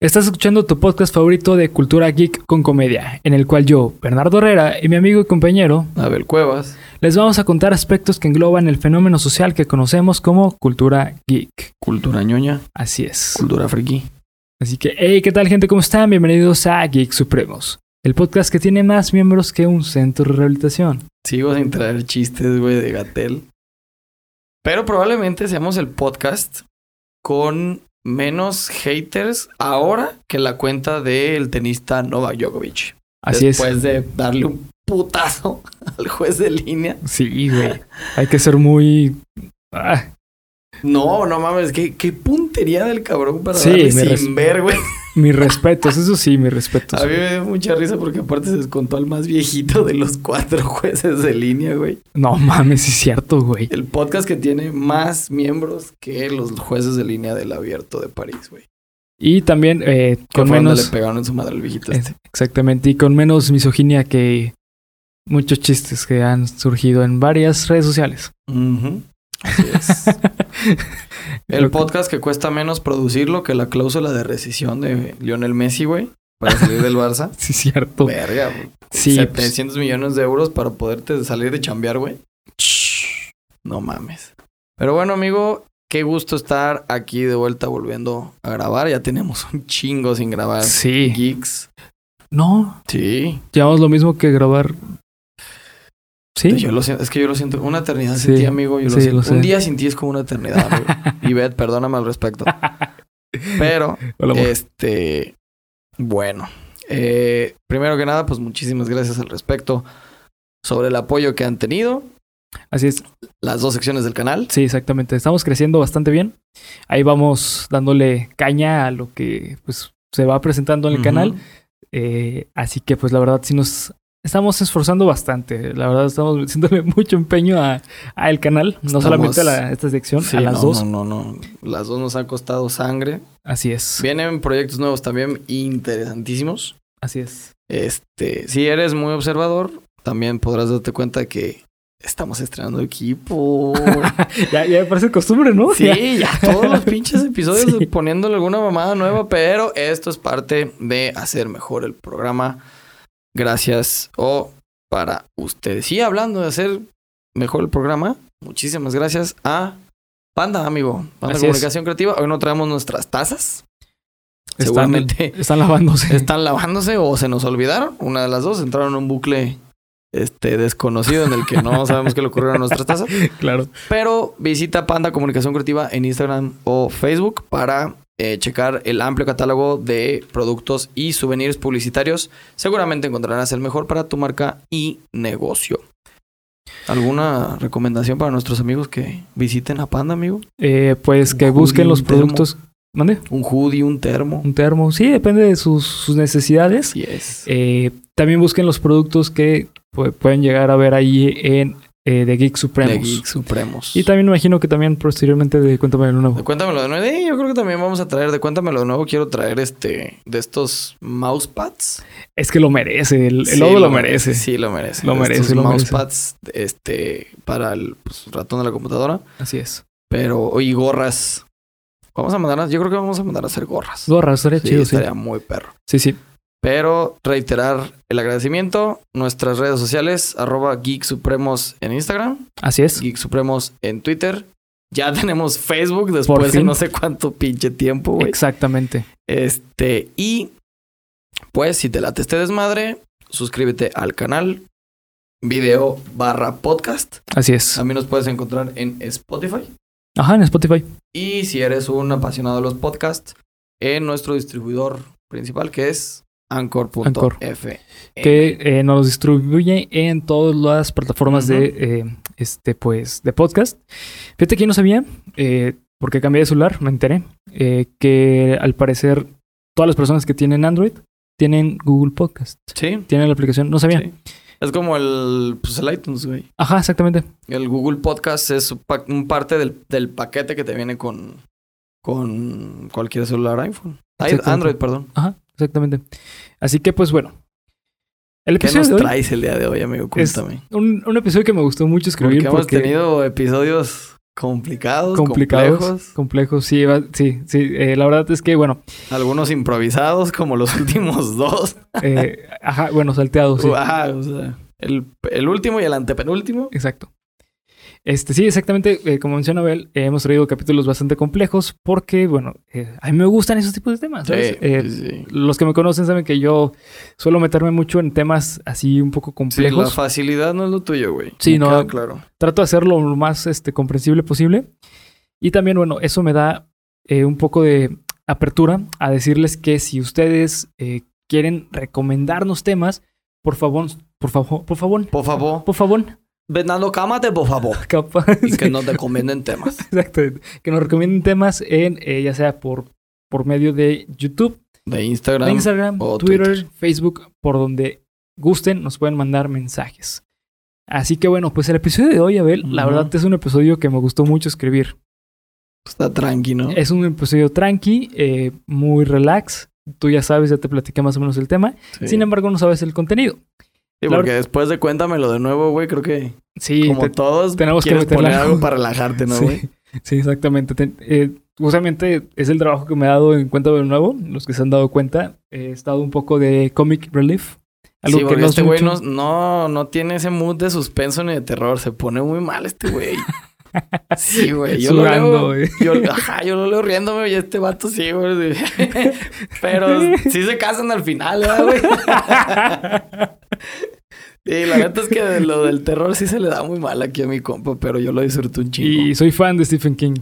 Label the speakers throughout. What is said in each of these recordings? Speaker 1: Estás escuchando tu podcast favorito de cultura geek con comedia, en el cual yo, Bernardo Herrera y mi amigo y compañero
Speaker 2: Abel Cuevas.
Speaker 1: les vamos a contar aspectos que engloban el fenómeno social que conocemos como cultura geek.
Speaker 2: Cultura ñoña.
Speaker 1: Así es.
Speaker 2: Cultura friki.
Speaker 1: Así que, hey, ¿qué tal gente? ¿Cómo están? Bienvenidos a Geek Supremos, el podcast que tiene más miembros que un centro de rehabilitación.
Speaker 2: Sigo sin traer chistes, güey, de Gatel. Pero probablemente seamos el podcast con menos haters ahora que la cuenta del tenista Novak Djokovic.
Speaker 1: Así
Speaker 2: Después de darle un putazo al juez de línea.
Speaker 1: es. Sí, güey. Hay que ser muy... Ah,
Speaker 2: No, no mames, qué, qué puntería del cabrón para
Speaker 1: Sí,
Speaker 2: darle
Speaker 1: me
Speaker 2: sin
Speaker 1: res-
Speaker 2: ver, güey.
Speaker 1: mis respetos, eso sí, mis respetos.
Speaker 2: A mí me dio mucha risa porque aparte se descontó al más viejito de los cuatro jueces de línea, güey.
Speaker 1: No mames, sí es cierto, güey.
Speaker 2: El podcast que tiene más miembros que los jueces de línea del abierto de París, güey.
Speaker 1: Y también eh,
Speaker 2: Que
Speaker 1: con
Speaker 2: fue donde
Speaker 1: menos...
Speaker 2: le pegaron en su madre al viejito
Speaker 1: Es-
Speaker 2: este.
Speaker 1: Exactamente, y con menos misoginia que muchos chistes que han surgido en varias redes sociales.
Speaker 2: Ujú. Así es.
Speaker 1: Lo
Speaker 2: El
Speaker 1: que-
Speaker 2: podcast que cuesta menos producirlo que la cláusula de rescisión de Lionel Messi, güey. Para salir del Barça.
Speaker 1: Sí, cierto.
Speaker 2: Verga, güey.
Speaker 1: sí, pues,
Speaker 2: 700 millones de euros para poderte salir de chambear, güey. No mames. Pero bueno, amigo, qué gusto estar aquí de vuelta volviendo a grabar. Ya tenemos un chingo sin grabar. Ah,
Speaker 1: sí.
Speaker 2: Geeks.
Speaker 1: No,
Speaker 2: Sí.
Speaker 1: llevamos lo mismo que grabar. Sí.
Speaker 2: Yo lo siento- es que yo lo siento. Una eternidad sin
Speaker 1: Sí.
Speaker 2: ti, amigo. Yo lo
Speaker 1: Sí,
Speaker 2: siento.
Speaker 1: lo sé.
Speaker 2: Un día sin ti es como una eternidad, güey. Ivette, perdóname al respecto. Pero,
Speaker 1: Hola, amor.
Speaker 2: este. Bueno. eh, primero que nada, pues muchísimas gracias al respecto sobre el apoyo que han tenido.
Speaker 1: Así es.
Speaker 2: las dos secciones del canal.
Speaker 1: Sí, exactamente. Estamos creciendo bastante bien. Ahí vamos dándole caña a lo que pues se va presentando en el canal. Eh, así que, pues, la verdad, sí nos estamos esforzando bastante. La verdad, estamos metiéndole mucho empeño a, a el canal. No
Speaker 2: Estamos-
Speaker 1: solamente a, la- esta sección,
Speaker 2: Sí,
Speaker 1: a las
Speaker 2: no,
Speaker 1: dos.
Speaker 2: No, no, no. Las dos nos han costado sangre.
Speaker 1: Así es.
Speaker 2: Vienen proyectos nuevos también interesantísimos.
Speaker 1: Así es.
Speaker 2: Este, si eres muy observador, también podrás darte cuenta que estamos estrenando equipo.
Speaker 1: Ya, ya me parece costumbre, ¿no? Ya.
Speaker 2: sí, ya todos los pinches episodios
Speaker 1: Sí.
Speaker 2: poniéndole alguna mamada nueva, pero esto es parte de hacer mejor el programa. Gracias o para ustedes. Y hablando de hacer mejor el programa, muchísimas gracias a Panda, amigo. Panda
Speaker 1: Así
Speaker 2: Comunicación Creativa. Hoy no traemos nuestras tazas.
Speaker 1: Están-
Speaker 2: Seguramente
Speaker 1: Están lavándose.
Speaker 2: están lavándose o se nos olvidaron. Una de las dos entraron en un bucle este, desconocido en el que no sabemos qué le ocurrieron a nuestras tazas.
Speaker 1: Claro.
Speaker 2: Pero visita Panda Comunicación Creativa en Instagram o Facebook para eh, checar el amplio catálogo de productos y souvenirs publicitarios. Seguramente encontrarás el mejor para tu marca y negocio. ¿Alguna recomendación para nuestros amigos que visiten a Panda, amigo?
Speaker 1: Eh, pues que
Speaker 2: Un
Speaker 1: busquen
Speaker 2: judío,
Speaker 1: los
Speaker 2: un termo.
Speaker 1: productos. ¿Mande?
Speaker 2: Un hoodie, un termo.
Speaker 1: Un termo. Sí, depende de sus, sus necesidades.
Speaker 2: Así es.
Speaker 1: Eh, también busquen los productos que pu- pueden llegar a ver ahí en eh, The Geek Supremos.
Speaker 2: De Geek Supremos.
Speaker 1: Y también me imagino que también posteriormente de Cuéntame de
Speaker 2: De
Speaker 1: nuevo.
Speaker 2: Cuéntamelo de nuevo. Eh, yo creo que también vamos a traer de Cuéntamelo de nuevo. Quiero traer este de estos mousepads.
Speaker 1: Es que lo merece, el, el
Speaker 2: Sí,
Speaker 1: lobo lo, merece.
Speaker 2: Sí, lo merece.
Speaker 1: Lo
Speaker 2: Estos
Speaker 1: merece, lo merece.
Speaker 2: mousepads este, para el pues, ratón de la computadora.
Speaker 1: Así es.
Speaker 2: Pero, y gorras. Vamos a mandar, a- yo creo que vamos a mandar a hacer gorras.
Speaker 1: Gorra, estaría
Speaker 2: Sí,
Speaker 1: chido, sí.
Speaker 2: estaría muy perro.
Speaker 1: Sí, sí.
Speaker 2: Pero reiterar el agradecimiento. Nuestras redes sociales, arroba Geek Supremos en Instagram,
Speaker 1: Así es.
Speaker 2: Geek Supremos en Twitter. Ya tenemos Facebook después de
Speaker 1: fin.
Speaker 2: no sé cuánto pinche tiempo, güey.
Speaker 1: Exactamente.
Speaker 2: Este, y pues si te late este desmadre, suscríbete al canal video barra podcast.
Speaker 1: Así es.
Speaker 2: También nos puedes encontrar en Spotify.
Speaker 1: Ajá, en Spotify.
Speaker 2: Y si eres un apasionado de los podcasts, en nuestro distribuidor principal que es anchor.fm.
Speaker 1: Anchor. que eh, nos distribuye en todas las plataformas de eh, este pues de podcast. Fíjate que yo no sabía, eh, porque cambié de celular, me enteré, eh, que al parecer todas las personas que tienen Android tienen Google Podcast,
Speaker 2: Sí.
Speaker 1: tienen la aplicación, no sabía.
Speaker 2: Sí. Es como el, pues, el iTunes, güey.
Speaker 1: Ajá, exactamente.
Speaker 2: El Google Podcast es un pa- un parte del, del paquete que te viene con, con cualquier celular iPhone. Ay,
Speaker 1: Exactamente.
Speaker 2: Android, perdón.
Speaker 1: Ajá, exactamente. Así que pues bueno. El
Speaker 2: ¿Qué
Speaker 1: episodio
Speaker 2: nos
Speaker 1: de hoy,
Speaker 2: traes el día de hoy, amigo?
Speaker 1: Es-
Speaker 2: Cuéntame.
Speaker 1: un, un episodio que me gustó mucho escribir
Speaker 2: porque hemos
Speaker 1: porque
Speaker 2: tenido episodios Complicados,
Speaker 1: complicados, complejos.
Speaker 2: complejos,
Speaker 1: sí, va- sí, sí. eh, la verdad es que, bueno,
Speaker 2: algunos improvisados como los últimos dos.
Speaker 1: eh, ajá, bueno, salteados, sí.
Speaker 2: Ajá, o sea, el, el último y el antepenúltimo.
Speaker 1: Exacto. Este, sí, exactamente, eh, como menciona Abel, eh, hemos traído capítulos bastante complejos porque, bueno, eh, a mí me gustan esos tipos de temas. ¿sabes?
Speaker 2: Sí,
Speaker 1: Eh,
Speaker 2: sí, sí.
Speaker 1: Los que me conocen saben que yo suelo meterme mucho en temas así un poco
Speaker 2: Sí, la
Speaker 1: complejos.
Speaker 2: facilidad no es lo tuyo, güey.
Speaker 1: Sí,
Speaker 2: Me
Speaker 1: no.
Speaker 2: queda claro.
Speaker 1: Trato de hacerlo lo más este, comprensible posible. Y también, bueno, eso me da eh, un poco de apertura a decirles que si ustedes eh, quieren recomendarnos temas, por favor, por favor, por favor,
Speaker 2: Por favor,
Speaker 1: por favor,
Speaker 2: Venando, cámate, por favor.
Speaker 1: capaz.
Speaker 2: Y que no te comenten temas.
Speaker 1: Exacto. Que nos recomienden temas en eh, ya sea por, por medio de YouTube,
Speaker 2: De
Speaker 1: de
Speaker 2: Instagram.
Speaker 1: Instagram,
Speaker 2: o
Speaker 1: Twitter,
Speaker 2: Twitter.
Speaker 1: Facebook, por donde gusten, nos pueden mandar mensajes. Así que bueno, pues el episodio de hoy, Abel, la
Speaker 2: Ujú.
Speaker 1: verdad es un episodio que me gustó mucho escribir.
Speaker 2: Está tranquilo.
Speaker 1: Es un episodio tranqui, eh, muy relax. Tú ya sabes, ya te platiqué más o menos el tema.
Speaker 2: Sí.
Speaker 1: Sin em- embargo, no sabes el contenido.
Speaker 2: Sí,
Speaker 1: claro.
Speaker 2: porque después de cuéntamelo de nuevo, güey, creo que
Speaker 1: Sí,
Speaker 2: como
Speaker 1: te-
Speaker 2: todos
Speaker 1: tenemos que
Speaker 2: quieres
Speaker 1: meterle
Speaker 2: poner
Speaker 1: algo.
Speaker 2: algo para relajarte, ¿no,
Speaker 1: sí,
Speaker 2: güey?
Speaker 1: sí, exactamente. Ten- eh, justamente es el trabajo que me ha dado en cuenta de nuevo. Los que se han dado cuenta, he estado un poco de comic relief. Algo
Speaker 2: Sí,
Speaker 1: que
Speaker 2: porque
Speaker 1: no es
Speaker 2: este güey
Speaker 1: mucho.
Speaker 2: no, no, no tiene ese mood de suspenso ni de terror. Se pone muy mal este güey. Sí, güey. Yo
Speaker 1: Sudando,
Speaker 2: lo leo.
Speaker 1: güey.
Speaker 2: Yo, ajá, yo lo leo riéndome y este vato sí, güey. sí. Pero sí se casan al final, ¿verdad, güey? Sí, la neta es que lo del terror sí se le da muy mal aquí a mi compa, pero yo lo disfruto un chingo.
Speaker 1: Y soy fan de Stephen King.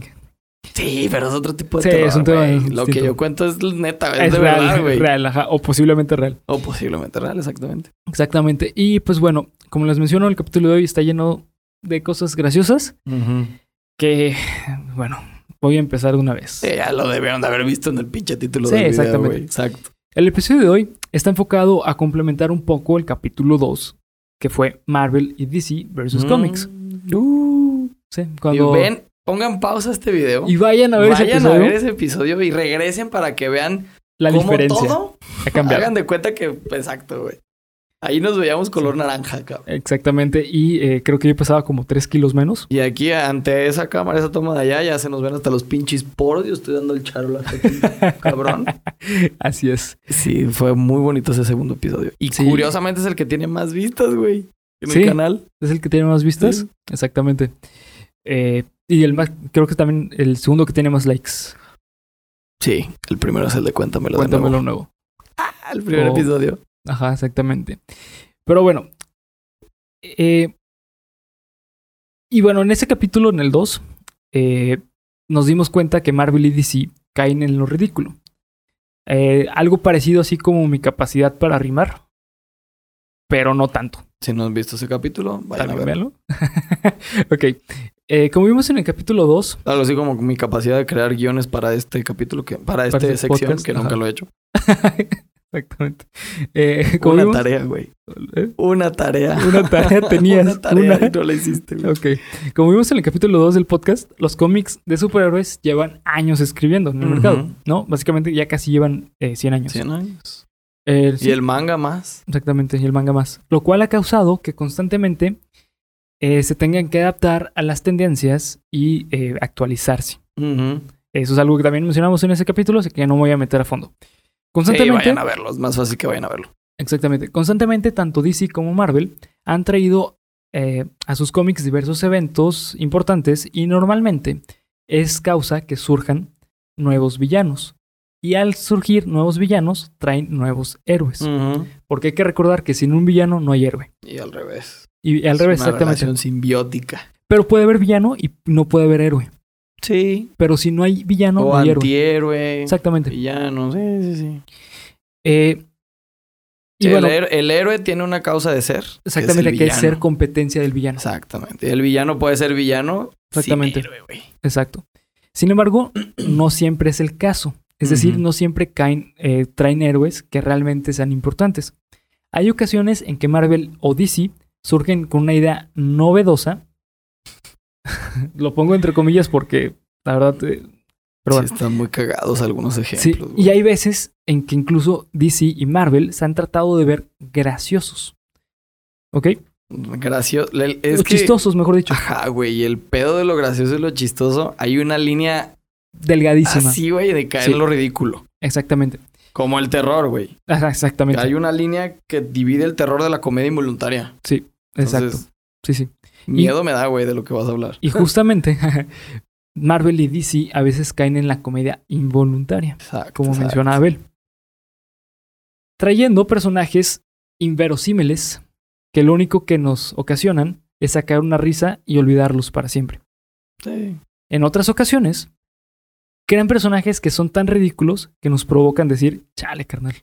Speaker 2: Sí, pero es otro tipo de
Speaker 1: Sí,
Speaker 2: terror,
Speaker 1: es un tema
Speaker 2: güey. Lo
Speaker 1: distinto.
Speaker 2: que yo cuento es neta, es,
Speaker 1: es
Speaker 2: de
Speaker 1: real,
Speaker 2: verdad, güey.
Speaker 1: real, ajá, o posiblemente real.
Speaker 2: O posiblemente real, exactamente.
Speaker 1: Exactamente. Y pues bueno, como les menciono, el capítulo de hoy está lleno de cosas graciosas que, bueno, voy a empezar de una vez.
Speaker 2: Sí, ya lo debieron de haber visto en el pinche título
Speaker 1: Sí,
Speaker 2: del video,
Speaker 1: exactamente.
Speaker 2: güey. Exacto.
Speaker 1: El episodio de hoy está enfocado a complementar un poco el capítulo 2, que fue Marvel y DC versus
Speaker 2: Mm. Uh.
Speaker 1: Comics. Sí, cuando...
Speaker 2: Y ven, pongan pausa a este video.
Speaker 1: Y vayan a ver
Speaker 2: Vayan
Speaker 1: ese episodio.
Speaker 2: a ver ese episodio y regresen para que vean
Speaker 1: la
Speaker 2: cómo
Speaker 1: diferencia
Speaker 2: todo
Speaker 1: ha cambiado.
Speaker 2: hagan de cuenta que exacto, güey. Ahí nos veíamos color naranja, cabrón.
Speaker 1: Exactamente. Y eh, creo que yo pesaba como 3 kilos menos.
Speaker 2: Y aquí ante esa cámara, esa toma de allá, ya se nos ven hasta los pinches poros. Yo estoy dando el charol aquí, cabrón.
Speaker 1: Así es.
Speaker 2: Sí, fue muy bonito ese segundo episodio. Y
Speaker 1: Sí.
Speaker 2: curiosamente es el que tiene más vistas, güey. En
Speaker 1: Sí.
Speaker 2: el canal.
Speaker 1: Es el que tiene más vistas.
Speaker 2: Sí.
Speaker 1: Exactamente. Eh, y el más, creo que también el segundo que tiene más likes.
Speaker 2: Sí, el primero es el de Cuéntamelo. De nuevo.
Speaker 1: Cuéntamelo nuevo.
Speaker 2: Ah, el primer
Speaker 1: Oh.
Speaker 2: episodio.
Speaker 1: Ajá, exactamente. Pero bueno. eh, y bueno, en ese capítulo, en el 2, eh, nos dimos cuenta que Marvel y DC caen en lo ridículo. Eh, algo parecido así como mi capacidad para rimar. Pero no tanto.
Speaker 2: Si no han visto ese capítulo, vayan a
Speaker 1: También
Speaker 2: verlo.
Speaker 1: véanlo. ok. eh, como vimos en el capítulo 2,
Speaker 2: Algo así como mi capacidad de crear guiones para este capítulo, que, para esta
Speaker 1: este
Speaker 2: sección,
Speaker 1: podcast,
Speaker 2: que nunca
Speaker 1: ajá.
Speaker 2: lo he hecho.
Speaker 1: exactamente. eh, como
Speaker 2: una
Speaker 1: vimos-
Speaker 2: tarea, güey.
Speaker 1: ¿Eh?
Speaker 2: Una tarea.
Speaker 1: Una tarea tenías,
Speaker 2: una tarea
Speaker 1: una.
Speaker 2: y no la hiciste, güey.
Speaker 1: Ok. Como vimos en el capítulo 2 del podcast, los cómics de superhéroes llevan años escribiendo en el
Speaker 2: Ujú.
Speaker 1: mercado, ¿no? Básicamente ya casi llevan eh, 100 años.
Speaker 2: 100 años.
Speaker 1: Eh, sí,
Speaker 2: Y el manga más.
Speaker 1: Exactamente, y el manga más. Lo cual ha causado que constantemente eh, se tengan que adaptar a las tendencias y eh, actualizarse.
Speaker 2: Ujú.
Speaker 1: Eso es algo que también mencionamos en ese capítulo, así que no me voy a meter a fondo.
Speaker 2: Sí,
Speaker 1: Constantemente,
Speaker 2: vayan a verlo. Es más fácil que vayan a verlo.
Speaker 1: Exactamente. Constantemente, tanto DC como Marvel han traído eh, a sus cómics diversos eventos importantes y normalmente es causa que surjan nuevos villanos. Y al surgir nuevos villanos, traen nuevos héroes.
Speaker 2: Ujú.
Speaker 1: Porque hay que recordar que sin un villano no hay héroe.
Speaker 2: Y al revés.
Speaker 1: Y al
Speaker 2: Es
Speaker 1: revés,
Speaker 2: una
Speaker 1: exactamente.
Speaker 2: relación simbiótica.
Speaker 1: Pero puede haber villano y no puede haber héroe.
Speaker 2: Sí.
Speaker 1: Pero si no hay villano, no
Speaker 2: o
Speaker 1: hay héroe.
Speaker 2: antihéroe.
Speaker 1: Exactamente.
Speaker 2: Villano. Sí, sí, sí.
Speaker 1: Eh, y
Speaker 2: Sí,
Speaker 1: bueno,
Speaker 2: el, héroe, el héroe tiene una causa de ser. que es el
Speaker 1: exactamente, que es
Speaker 2: villano.
Speaker 1: ser competencia del villano.
Speaker 2: Exactamente. El villano puede ser villano. sin
Speaker 1: Exactamente.
Speaker 2: héroe, güey.
Speaker 1: Exacto. Sin embargo, no siempre es el caso. Es decir,
Speaker 2: Ujú.
Speaker 1: no siempre caen, eh, traen héroes que realmente sean importantes. Hay ocasiones en que Marvel o DC surgen con una idea novedosa. Lo pongo entre comillas porque la verdad. eh, pero bueno.
Speaker 2: Sí, están muy cagados algunos
Speaker 1: Sí,
Speaker 2: ejemplos.
Speaker 1: y
Speaker 2: güey.
Speaker 1: hay veces en que incluso DC y Marvel se han tratado de ver graciosos. ¿Ok?
Speaker 2: gracioso. le- Es
Speaker 1: Los
Speaker 2: que,
Speaker 1: chistosos, mejor dicho.
Speaker 2: Ajá, güey. El pedo de lo gracioso y lo chistoso. Hay una línea
Speaker 1: Delgadísima.
Speaker 2: así, güey, de caer
Speaker 1: Sí.
Speaker 2: en lo ridículo.
Speaker 1: Exactamente.
Speaker 2: Como el terror, güey.
Speaker 1: Ajá, exactamente.
Speaker 2: Hay una línea que divide el terror de la comedia involuntaria.
Speaker 1: Exacto.
Speaker 2: Entonces,
Speaker 1: sí, sí.
Speaker 2: Miedo me da, güey, de lo que vas a hablar.
Speaker 1: Y justamente Marvel y DC a veces caen en la comedia involuntaria,
Speaker 2: Exacto,
Speaker 1: como
Speaker 2: exacto.
Speaker 1: menciona Abel. Trayendo personajes inverosímiles que lo único que nos ocasionan es sacar una risa y olvidarlos para siempre.
Speaker 2: Sí.
Speaker 1: En otras ocasiones, crean personajes que son tan ridículos que nos provocan decir, chale, carnal,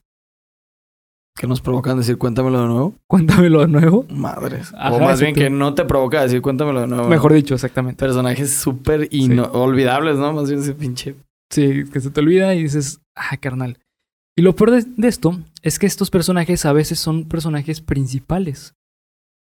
Speaker 2: Que nos provocan decir cuéntamelo de nuevo.
Speaker 1: cuéntamelo de nuevo.
Speaker 2: Madres.
Speaker 1: Ajá,
Speaker 2: o más bien
Speaker 1: exacto.
Speaker 2: que no te provoca decir cuéntamelo de nuevo. ¿no?
Speaker 1: Mejor dicho, exactamente.
Speaker 2: Personajes súper inolvidables, ¿no? Más bien ese pinche.
Speaker 1: Sí, que se te olvida y dices, ah, carnal. Y lo peor de, de esto es que estos personajes a veces son personajes principales,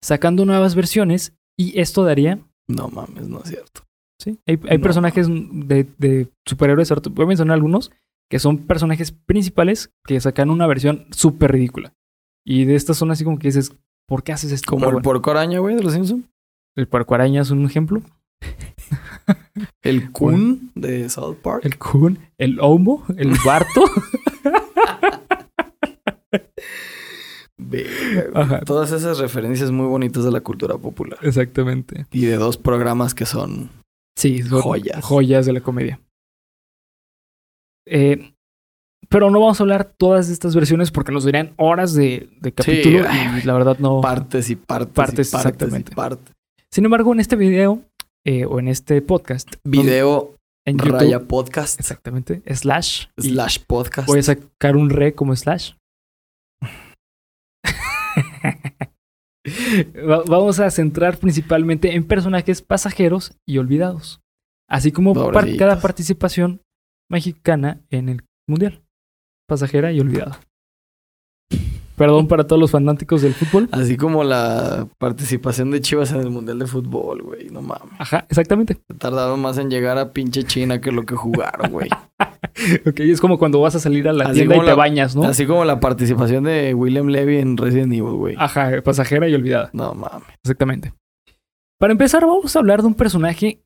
Speaker 1: sacando nuevas versiones y esto daría,
Speaker 2: No mames, no es cierto.
Speaker 1: ¿sí? Hay, hay
Speaker 2: No.
Speaker 1: personajes de, de superhéroes, ahorita voy a mencionar algunos, que son personajes principales que sacan una versión súper ridícula. Y de estas son así como que dices, ¿por qué haces esto?
Speaker 2: Como
Speaker 1: Pero
Speaker 2: el
Speaker 1: bueno,
Speaker 2: porco araña, güey, de los Simpsons.
Speaker 1: el puerco araña es un ejemplo,
Speaker 2: El Kun de South Park.
Speaker 1: el Kun, el Homo, el Barto.
Speaker 2: Verga, güey.
Speaker 1: Ajá,
Speaker 2: Todas esas referencias muy bonitas de la cultura popular.
Speaker 1: exactamente.
Speaker 2: Y de dos programas que son.
Speaker 1: Sí, son
Speaker 2: Joyas.
Speaker 1: Joyas de la comedia. Eh, pero no vamos a hablar todas de estas versiones porque nos darían horas de, de capítulo
Speaker 2: ay,
Speaker 1: y la verdad no.
Speaker 2: Partes y partes. y
Speaker 1: Partes,
Speaker 2: partes
Speaker 1: exactamente.
Speaker 2: y partes.
Speaker 1: Sin embargo, en este video eh, o en este podcast,
Speaker 2: Video
Speaker 1: en YouTube,
Speaker 2: raya podcast
Speaker 1: exactamente, slash, y
Speaker 2: slash podcast.
Speaker 1: voy a sacar un re como slash. Va- Vamos a centrar principalmente en personajes pasajeros y olvidados, así como par- cada
Speaker 2: Pobrecitos.
Speaker 1: participación mexicana en el mundial, pasajera y olvidada. Perdón para todos los fanáticos del fútbol.
Speaker 2: Así como la participación de Chivas en el Mundial de Fútbol, güey. No mames.
Speaker 1: Ajá, exactamente.
Speaker 2: Tardaron más en llegar a pinche China que lo que jugaron, güey.
Speaker 1: Ok, es como cuando vas a salir a la
Speaker 2: Así
Speaker 1: tienda y
Speaker 2: como
Speaker 1: te
Speaker 2: la-
Speaker 1: bañas, ¿no?
Speaker 2: Así como la participación de William Levy en Resident Evil, güey.
Speaker 1: Ajá, pasajera y olvidada.
Speaker 2: No mames.
Speaker 1: Exactamente. Para empezar, vamos a hablar de un personaje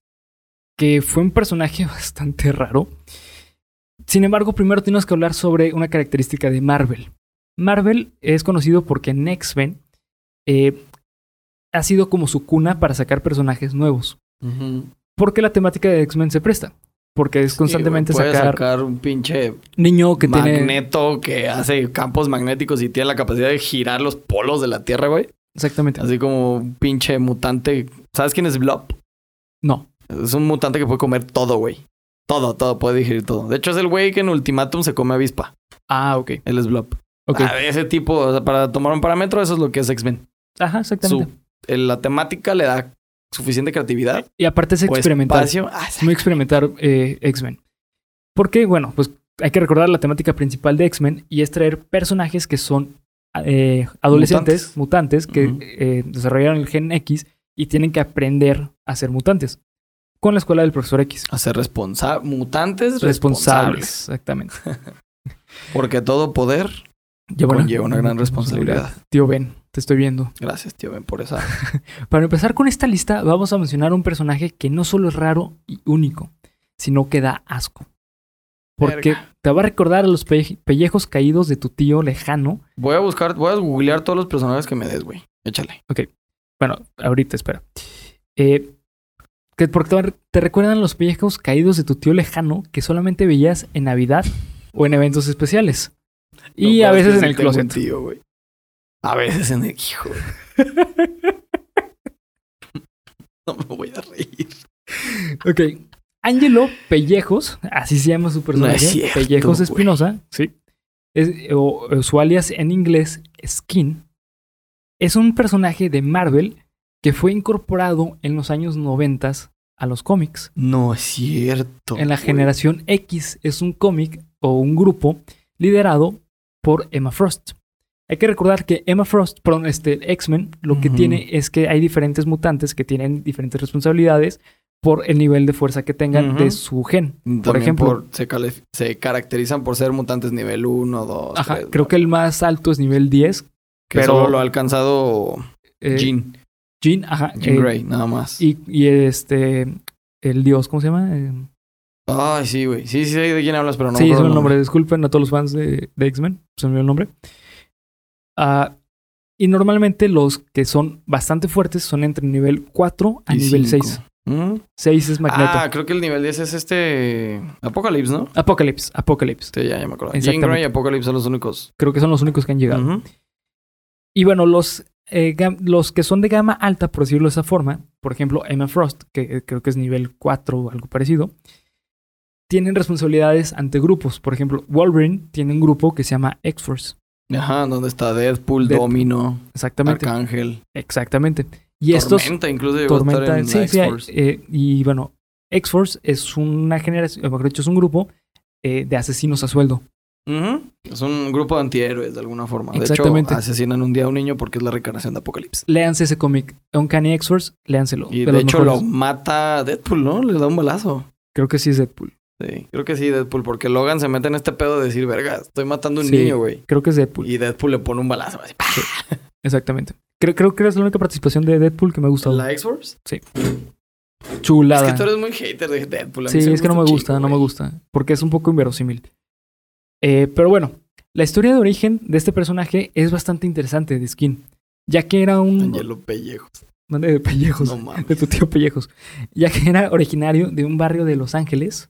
Speaker 1: que fue un personaje bastante raro. Sin embargo, primero tenemos que hablar sobre una característica de Marvel. Marvel es conocido porque en X-Men eh, ha sido como su cuna para sacar personajes nuevos. ¿Por qué la temática de X-Men se presta? Porque es constantemente
Speaker 2: Sí, güey, puede
Speaker 1: sacar,
Speaker 2: sacar un pinche
Speaker 1: niño que tiene...
Speaker 2: magneto que hace campos magnéticos y tiene la capacidad de girar los polos de la Tierra, güey.
Speaker 1: Exactamente.
Speaker 2: Así como un pinche mutante. ¿Sabes quién es Blob?
Speaker 1: No.
Speaker 2: Es un mutante que puede comer todo, güey. Todo, todo, puede digerir todo. De hecho, es el güey que en Ultimatum se come avispa.
Speaker 1: Ah, ok.
Speaker 2: Él es Blob.
Speaker 1: Ok.
Speaker 2: Ah, ese tipo, o sea, para tomar un parámetro, eso es lo que es X-Men.
Speaker 1: Ajá,
Speaker 2: Su-
Speaker 1: exactamente.
Speaker 2: el- la temática le da suficiente creatividad
Speaker 1: Y aparte es
Speaker 2: o
Speaker 1: experimental.
Speaker 2: espacio. Ah, sí.
Speaker 1: muy experimentar eh, X-Men. Porque, bueno, pues hay que recordar la temática principal de X-Men y es traer personajes que son eh, adolescentes, mutantes, que
Speaker 2: Ujú.
Speaker 1: eh, desarrollaron el gen X y tienen que aprender a ser mutantes. Con la escuela del profesor X.
Speaker 2: a ser responsables, mutantes
Speaker 1: Responsables.
Speaker 2: responsables.
Speaker 1: Exactamente.
Speaker 2: Porque todo poder
Speaker 1: Lleva
Speaker 2: conlleva una gran responsabilidad.
Speaker 1: Tío Ben, te estoy viendo.
Speaker 2: Gracias, tío Ben, por esa.
Speaker 1: Para empezar con esta lista, vamos a mencionar un personaje que no solo es raro y único, sino que da asco. Porque te va a recordar a los pe- pellejos caídos de tu tío lejano.
Speaker 2: Voy a buscar, voy a googlear todos los personajes que me des, güey. Échale.
Speaker 1: Bueno, ahorita espera. Eh, que porque te va a re- te recuerdan los pellejos caídos de tu tío lejano que solamente veías en Navidad o en eventos especiales. Y
Speaker 2: Lo
Speaker 1: a
Speaker 2: peor es
Speaker 1: veces en
Speaker 2: que sí
Speaker 1: el
Speaker 2: tengo un
Speaker 1: closet.
Speaker 2: tío, güey. A veces en el hijo. no me voy a reír.
Speaker 1: Ok. Angelo Pellejos, así se llama su personaje.
Speaker 2: cierto,
Speaker 1: Pellejos
Speaker 2: güey.
Speaker 1: Espinosa. Sí. Es, o, o su alias en inglés, Skin. Es un personaje de Marvel que fue incorporado en los años 90 a los cómics.
Speaker 2: No es cierto.
Speaker 1: En la
Speaker 2: güey.
Speaker 1: generación X es un cómic o un grupo liderado por Emma Frost. Hay que recordar que Emma Frost, perdón, este X-Men, lo que
Speaker 2: Ujú.
Speaker 1: tiene es que hay diferentes mutantes que tienen diferentes responsabilidades por el nivel de fuerza que tengan
Speaker 2: Ujú.
Speaker 1: de su gen.
Speaker 2: También
Speaker 1: por ejemplo-
Speaker 2: se, calif- se caracterizan por ser mutantes nivel 1, 2,
Speaker 1: Ajá, creo que el más alto es nivel 10,
Speaker 2: que
Speaker 1: pero-
Speaker 2: solo lo ha alcanzado
Speaker 1: eh,
Speaker 2: Jean.
Speaker 1: Jean, ajá.
Speaker 2: Jean
Speaker 1: eh,
Speaker 2: Grey, nada más.
Speaker 1: Y, y este. El dios, ¿cómo se llama? Eh,
Speaker 2: Ay, sí, güey. Sí, sí, sé de quién hablas, pero no. me
Speaker 1: sí, es
Speaker 2: acuerdo
Speaker 1: el nombre. Disculpen a todos los fans de, de X-Men. Se me olvidó el nombre. Ah, y normalmente los que son bastante fuertes son entre nivel 4 a
Speaker 2: Y
Speaker 1: nivel
Speaker 2: cinco.
Speaker 1: 6.
Speaker 2: ¿Mm?
Speaker 1: 6 es Magneto.
Speaker 2: Ah, creo que el nivel 10 es este. Apocalypse, ¿no?
Speaker 1: Apocalypse, Apocalypse.
Speaker 2: Sí, ya, ya me acuerdo. Jean
Speaker 1: Exactamente.
Speaker 2: Grey y Apocalypse son los únicos.
Speaker 1: Creo que son los únicos que han llegado.
Speaker 2: Ujú.
Speaker 1: Y bueno, los, eh, gam- los que son de gama alta, por decirlo de esa forma, por ejemplo, Emma Frost, que eh, creo que es nivel 4 o algo parecido, tienen responsabilidades ante grupos. Por ejemplo, Wolverine tiene un grupo que se llama X-Force.
Speaker 2: Ajá, donde está Deadpool,
Speaker 1: Deadpool.
Speaker 2: Domino,
Speaker 1: Exactamente.
Speaker 2: Arcángel.
Speaker 1: Exactamente. Y estos.
Speaker 2: Tormenta, incluso llegó a estar
Speaker 1: Tormenta.
Speaker 2: en
Speaker 1: Sí,
Speaker 2: la
Speaker 1: sí, hay,
Speaker 2: X-Force.
Speaker 1: eh, y bueno, X-Force es una generación, o mejor dicho, es un grupo eh, de asesinos a sueldo.
Speaker 2: Ujú. Es un grupo de antihéroes, de alguna forma. De hecho,
Speaker 1: Exactamente.
Speaker 2: asesinan un día a un niño porque es la reencarnación de Apocalipsis.
Speaker 1: Pues, Léanse ese cómic, Uncanny X-Force, léanselo.
Speaker 2: Y
Speaker 1: de
Speaker 2: de,
Speaker 1: los
Speaker 2: hecho
Speaker 1: mejores.
Speaker 2: lo mata Deadpool, ¿no? Le da un balazo.
Speaker 1: Creo que sí es Deadpool.
Speaker 2: Sí, creo que sí, Deadpool, porque Logan se mete en este pedo de decir, verga, estoy matando a un
Speaker 1: Sí.
Speaker 2: niño, güey.
Speaker 1: Creo que es Deadpool.
Speaker 2: Y Deadpool le pone un balazo. Así, ¡pah!
Speaker 1: Exactamente. Creo, creo que es la única participación de Deadpool que me ha gustado.
Speaker 2: ¿La X-Force? Es
Speaker 1: Chulada.
Speaker 2: que tú eres muy hater de Deadpool. a mí
Speaker 1: Sí,
Speaker 2: se
Speaker 1: es que no me
Speaker 2: un
Speaker 1: gusta,
Speaker 2: chingo,
Speaker 1: no me
Speaker 2: güey.
Speaker 1: gusta. Porque es un poco inverosímil. Eh, pero bueno, la historia de origen de este personaje es bastante interesante de Skin. Ya que era un.
Speaker 2: Angelo Pellejo.
Speaker 1: Mande de pellejos.
Speaker 2: No mames.
Speaker 1: de tu tío Pellejos, ya que era originario de un barrio de Los Ángeles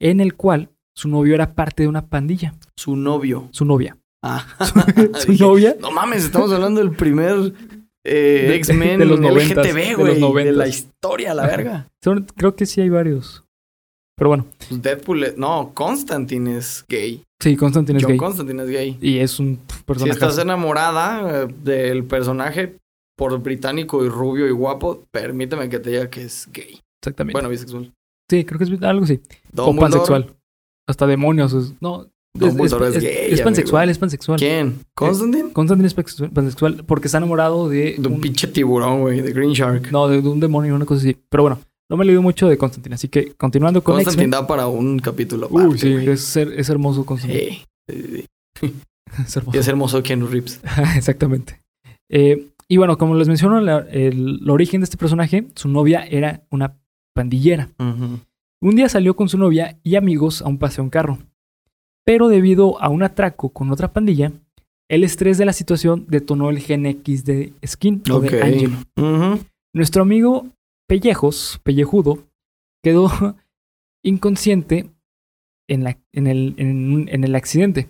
Speaker 1: en el cual su novio era parte de una pandilla.
Speaker 2: Su novio.
Speaker 1: Su novia.
Speaker 2: Ah.
Speaker 1: su
Speaker 2: Dije,
Speaker 1: novia.
Speaker 2: No mames, estamos hablando del primer eh,
Speaker 1: De-
Speaker 2: X-Men
Speaker 1: de los noventas, de los
Speaker 2: LGTB, güey. De, la
Speaker 1: noventas.
Speaker 2: historia, la
Speaker 1: Ajá.
Speaker 2: verga.
Speaker 1: Son- Creo que sí hay varios. Pero bueno,
Speaker 2: Pues Deadpool, es- no, Constantine es gay.
Speaker 1: sí, Constantine es
Speaker 2: John
Speaker 1: gay.
Speaker 2: Constantine es gay.
Speaker 1: y es un
Speaker 2: Si
Speaker 1: personaje.
Speaker 2: estás enamorada eh, del personaje por británico y rubio y guapo, permíteme que te diga que es gay.
Speaker 1: Exactamente.
Speaker 2: Bueno, bisexual.
Speaker 1: sí, creo que es algo así. O
Speaker 2: Dumbledore-
Speaker 1: pansexual. Hasta demonios. es- no. Es, es-
Speaker 2: Dumbledore es,
Speaker 1: es-
Speaker 2: gay.
Speaker 1: es
Speaker 2: amigo.
Speaker 1: pansexual, es pansexual.
Speaker 2: ¿Quién? ¿Constantine?
Speaker 1: Constantine es pansexual- pansexual porque está enamorado de,
Speaker 2: De
Speaker 1: Eh,
Speaker 2: un
Speaker 1: un-
Speaker 2: pinche tiburón, güey, de Green Shark.
Speaker 1: no, de, de un demonio, una cosa así. Pero bueno, no me he leído mucho de Constantine. Así que continuando con X-Men.
Speaker 2: Constantine da para un capítulo.
Speaker 1: Uy,
Speaker 2: aparte,
Speaker 1: sí,
Speaker 2: güey.
Speaker 1: es, her- es hermoso Constantine.
Speaker 2: Sí, sí, sí.
Speaker 1: Es hermoso.
Speaker 2: Y es hermoso Keanu Reeves.
Speaker 1: Exactamente. Eh, y bueno, como les menciono, la- el, el origen de este personaje, su novia era una pandillera.
Speaker 2: Ujú.
Speaker 1: Un día salió con su novia y amigos a un paseo en carro. Pero debido a un atraco con otra pandilla, el estrés de la situación detonó el gen X de Skin o de
Speaker 2: Ok.
Speaker 1: Angelo.
Speaker 2: Ujú.
Speaker 1: Nuestro amigo Pellejos, Pellejudo, quedó inconsciente en, la- en el, en un- en el accidente.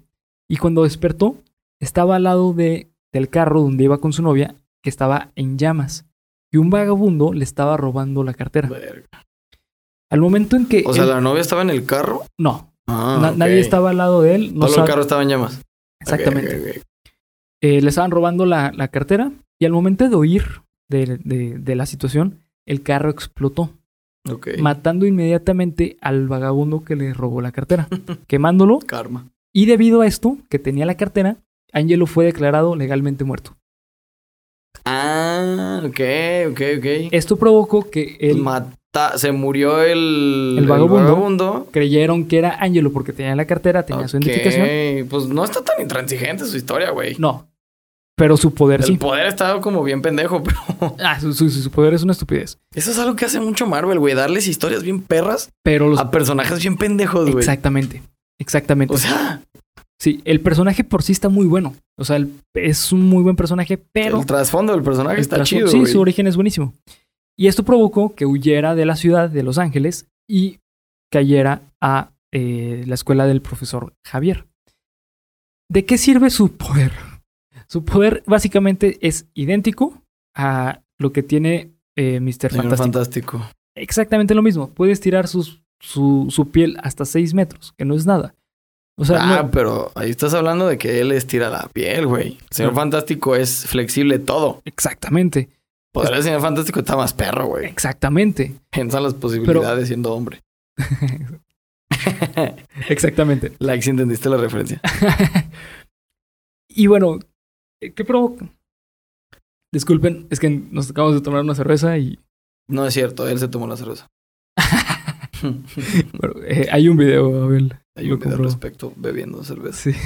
Speaker 1: Y cuando despertó, estaba al lado de, del carro donde iba con su novia, que estaba en llamas. Y un vagabundo le estaba robando la cartera.
Speaker 2: Verga.
Speaker 1: Al momento en que...
Speaker 2: O sea,
Speaker 1: él-
Speaker 2: la novia estaba en el carro.
Speaker 1: No,
Speaker 2: Ah,
Speaker 1: na-
Speaker 2: ok.
Speaker 1: nadie estaba al lado de él. No
Speaker 2: Solo
Speaker 1: sabe-
Speaker 2: el carro estaba en llamas.
Speaker 1: Exactamente.
Speaker 2: Ok, ok, ok.
Speaker 1: Eh, le estaban robando la, la cartera y al momento de huir de- de- de la situación, el carro explotó.
Speaker 2: Ok.
Speaker 1: matando inmediatamente al vagabundo que le robó la cartera, quemándolo.
Speaker 2: Karma.
Speaker 1: Y debido a esto, que tenía la cartera, Angelo fue declarado legalmente muerto.
Speaker 2: Ah, ok, ok, ok.
Speaker 1: Esto provocó que él
Speaker 2: Mata, se murió el,
Speaker 1: El vagabundo.
Speaker 2: vagabundo.
Speaker 1: creyeron que era Angelo porque tenía la cartera, tenía su
Speaker 2: Ok,
Speaker 1: identificación.
Speaker 2: Pues no está tan intransigente su historia, güey.
Speaker 1: No, pero su poder
Speaker 2: el
Speaker 1: sí.
Speaker 2: poder está como bien pendejo, pero
Speaker 1: Ah, su, su- su poder es una estupidez.
Speaker 2: eso es algo que hace mucho Marvel, güey. Darles historias bien perras
Speaker 1: Pero los...
Speaker 2: a personajes bien pendejos, Ah, pues, güey.
Speaker 1: exactamente, exactamente.
Speaker 2: O sea,
Speaker 1: sí, el personaje por sí está muy bueno. O sea, el- es un muy buen personaje, pero...
Speaker 2: el trasfondo del personaje
Speaker 1: El
Speaker 2: está
Speaker 1: trasfondo-
Speaker 2: chido,
Speaker 1: Sí,
Speaker 2: güey.
Speaker 1: su origen es buenísimo. Y esto provocó que huyera de la ciudad de Los Ángeles y cayera a eh, la escuela del profesor Javier. ¿De qué sirve su poder? Su poder básicamente es idéntico a lo que tiene eh, Mr.
Speaker 2: Señor
Speaker 1: Fantástico.
Speaker 2: fantástico.
Speaker 1: Exactamente lo mismo. Puedes tirar sus- su, su piel hasta 6 metros, que no es nada. O sea,
Speaker 2: ah,
Speaker 1: no-
Speaker 2: pero ahí estás hablando de que él estira la piel, güey. El Señor
Speaker 1: Pero-
Speaker 2: Fantástico es flexible todo.
Speaker 1: exactamente,
Speaker 2: Poder del Señor Fantástico está más perro, güey.
Speaker 1: exactamente.
Speaker 2: Piensa en las posibilidades siendo hombre.
Speaker 1: Exactamente.
Speaker 2: Like si entendiste la referencia.
Speaker 1: y bueno, eh, ¿qué provoca? Disculpen, es que nos acabamos de tomar una cerveza y
Speaker 2: No es cierto, él se tomó la cerveza.
Speaker 1: bueno, eh, hay un video, Abel.
Speaker 2: Hay
Speaker 1: Lo
Speaker 2: un video al
Speaker 1: compruebo.
Speaker 2: respecto bebiendo cerveza.
Speaker 1: Sí.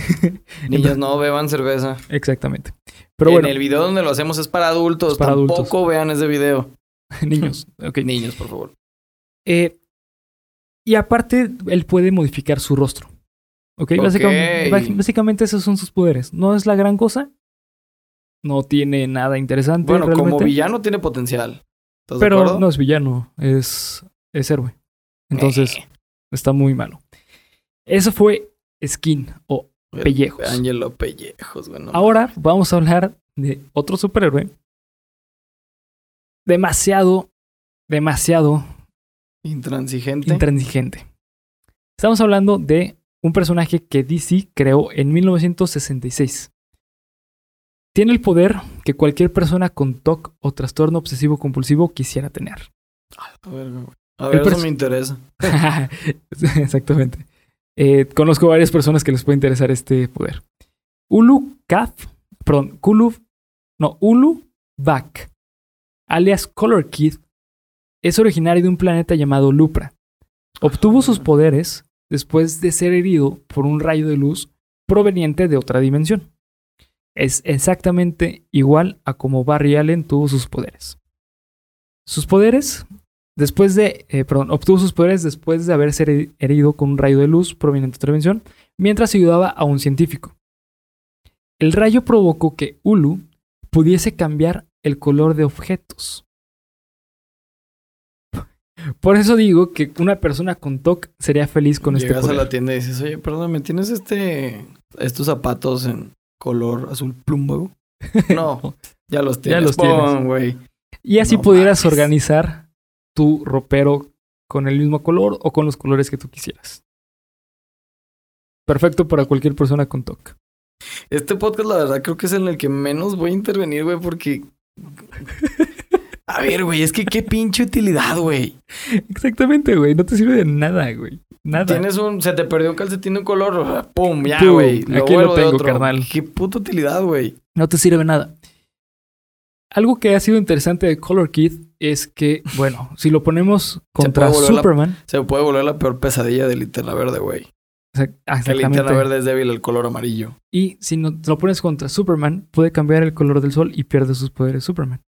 Speaker 2: Niños, no beban cerveza.
Speaker 1: Exactamente. Pero bueno,
Speaker 2: En el video donde lo hacemos es para adultos.
Speaker 1: Es para
Speaker 2: Tampoco
Speaker 1: adultos.
Speaker 2: vean ese video.
Speaker 1: niños. ok.
Speaker 2: Niños, por favor.
Speaker 1: Eh, y aparte, él puede modificar su rostro. ¿Ok? Básicamente,
Speaker 2: Ok.
Speaker 1: básicamente esos son sus poderes. No es la gran cosa. No tiene nada interesante.
Speaker 2: Bueno, como
Speaker 1: realmente,
Speaker 2: villano tiene potencial. ¿Estás de
Speaker 1: Pero
Speaker 2: acuerdo?
Speaker 1: no es villano, es, es héroe. Entonces,
Speaker 2: Eh,
Speaker 1: está muy malo. Eso fue skin o pellejos.
Speaker 2: Ángelo Pellejos, bueno.
Speaker 1: Ahora vamos a hablar de otro superhéroe. Demasiado, demasiado
Speaker 2: Intransigente.
Speaker 1: intransigente. Estamos hablando de un personaje que DC creó en 1966. Tiene el poder que cualquier persona con TOC o trastorno obsesivo compulsivo quisiera tener.
Speaker 2: a ver, güey. A ver, eso
Speaker 1: pers-
Speaker 2: me interesa.
Speaker 1: Exactamente. Eh, conozco varias personas que les puede interesar este poder. Ulu Kaf, perdón, Kulu, no, Ulu Vak, alias Color Kid, es originario de un planeta llamado Lupra. Obtuvo sus poderes después de ser herido por un rayo de luz proveniente de otra dimensión. Es exactamente igual a como Barry Allen tuvo sus poderes. Sus poderes, después de, eh, perdón, obtuvo sus poderes después de haber ser he- herido con un rayo de luz proveniente de otra dimensión, mientras ayudaba a un científico. El rayo provocó que Ulu pudiese cambiar el color de objetos. Por eso digo que una persona con TOC sería feliz con este
Speaker 2: Llegas
Speaker 1: poder.
Speaker 2: a la tienda y dices, oye, perdóname, ¿tienes este estos zapatos en color azul plumbo? güey?" No, ya los tienes.
Speaker 1: los
Speaker 2: Pum,
Speaker 1: tienes.
Speaker 2: güey.
Speaker 1: Y así
Speaker 2: No
Speaker 1: pudieras
Speaker 2: mames.
Speaker 1: organizar tu ropero con el mismo color o con los colores que tú quisieras. Perfecto para cualquier persona con TOC.
Speaker 2: Este podcast, la verdad, creo que es en el que menos voy a intervenir, güey, porque. A ver, güey, es que qué pinche utilidad, güey.
Speaker 1: Exactamente, güey. No te sirve de nada, güey. Nada.
Speaker 2: Tienes un. Se te perdió un calcetín de un color. Pum, ya,
Speaker 1: Pum,
Speaker 2: güey.
Speaker 1: aquí lo
Speaker 2: vuelvo de
Speaker 1: tengo,
Speaker 2: otro.
Speaker 1: carnal.
Speaker 2: Qué puta utilidad, güey.
Speaker 1: No te sirve nada. Algo que ha sido interesante de Color Kid es que, bueno, si lo ponemos contra
Speaker 2: puede volver la-
Speaker 1: Superman.
Speaker 2: Se puede volver la peor pesadilla de linterna verde, güey.
Speaker 1: exact-
Speaker 2: Que linterna
Speaker 1: exactamente.
Speaker 2: verde es débil al color amarillo.
Speaker 1: Y si no, lo pones contra Superman, puede cambiar el color del sol y pierde sus poderes Superman.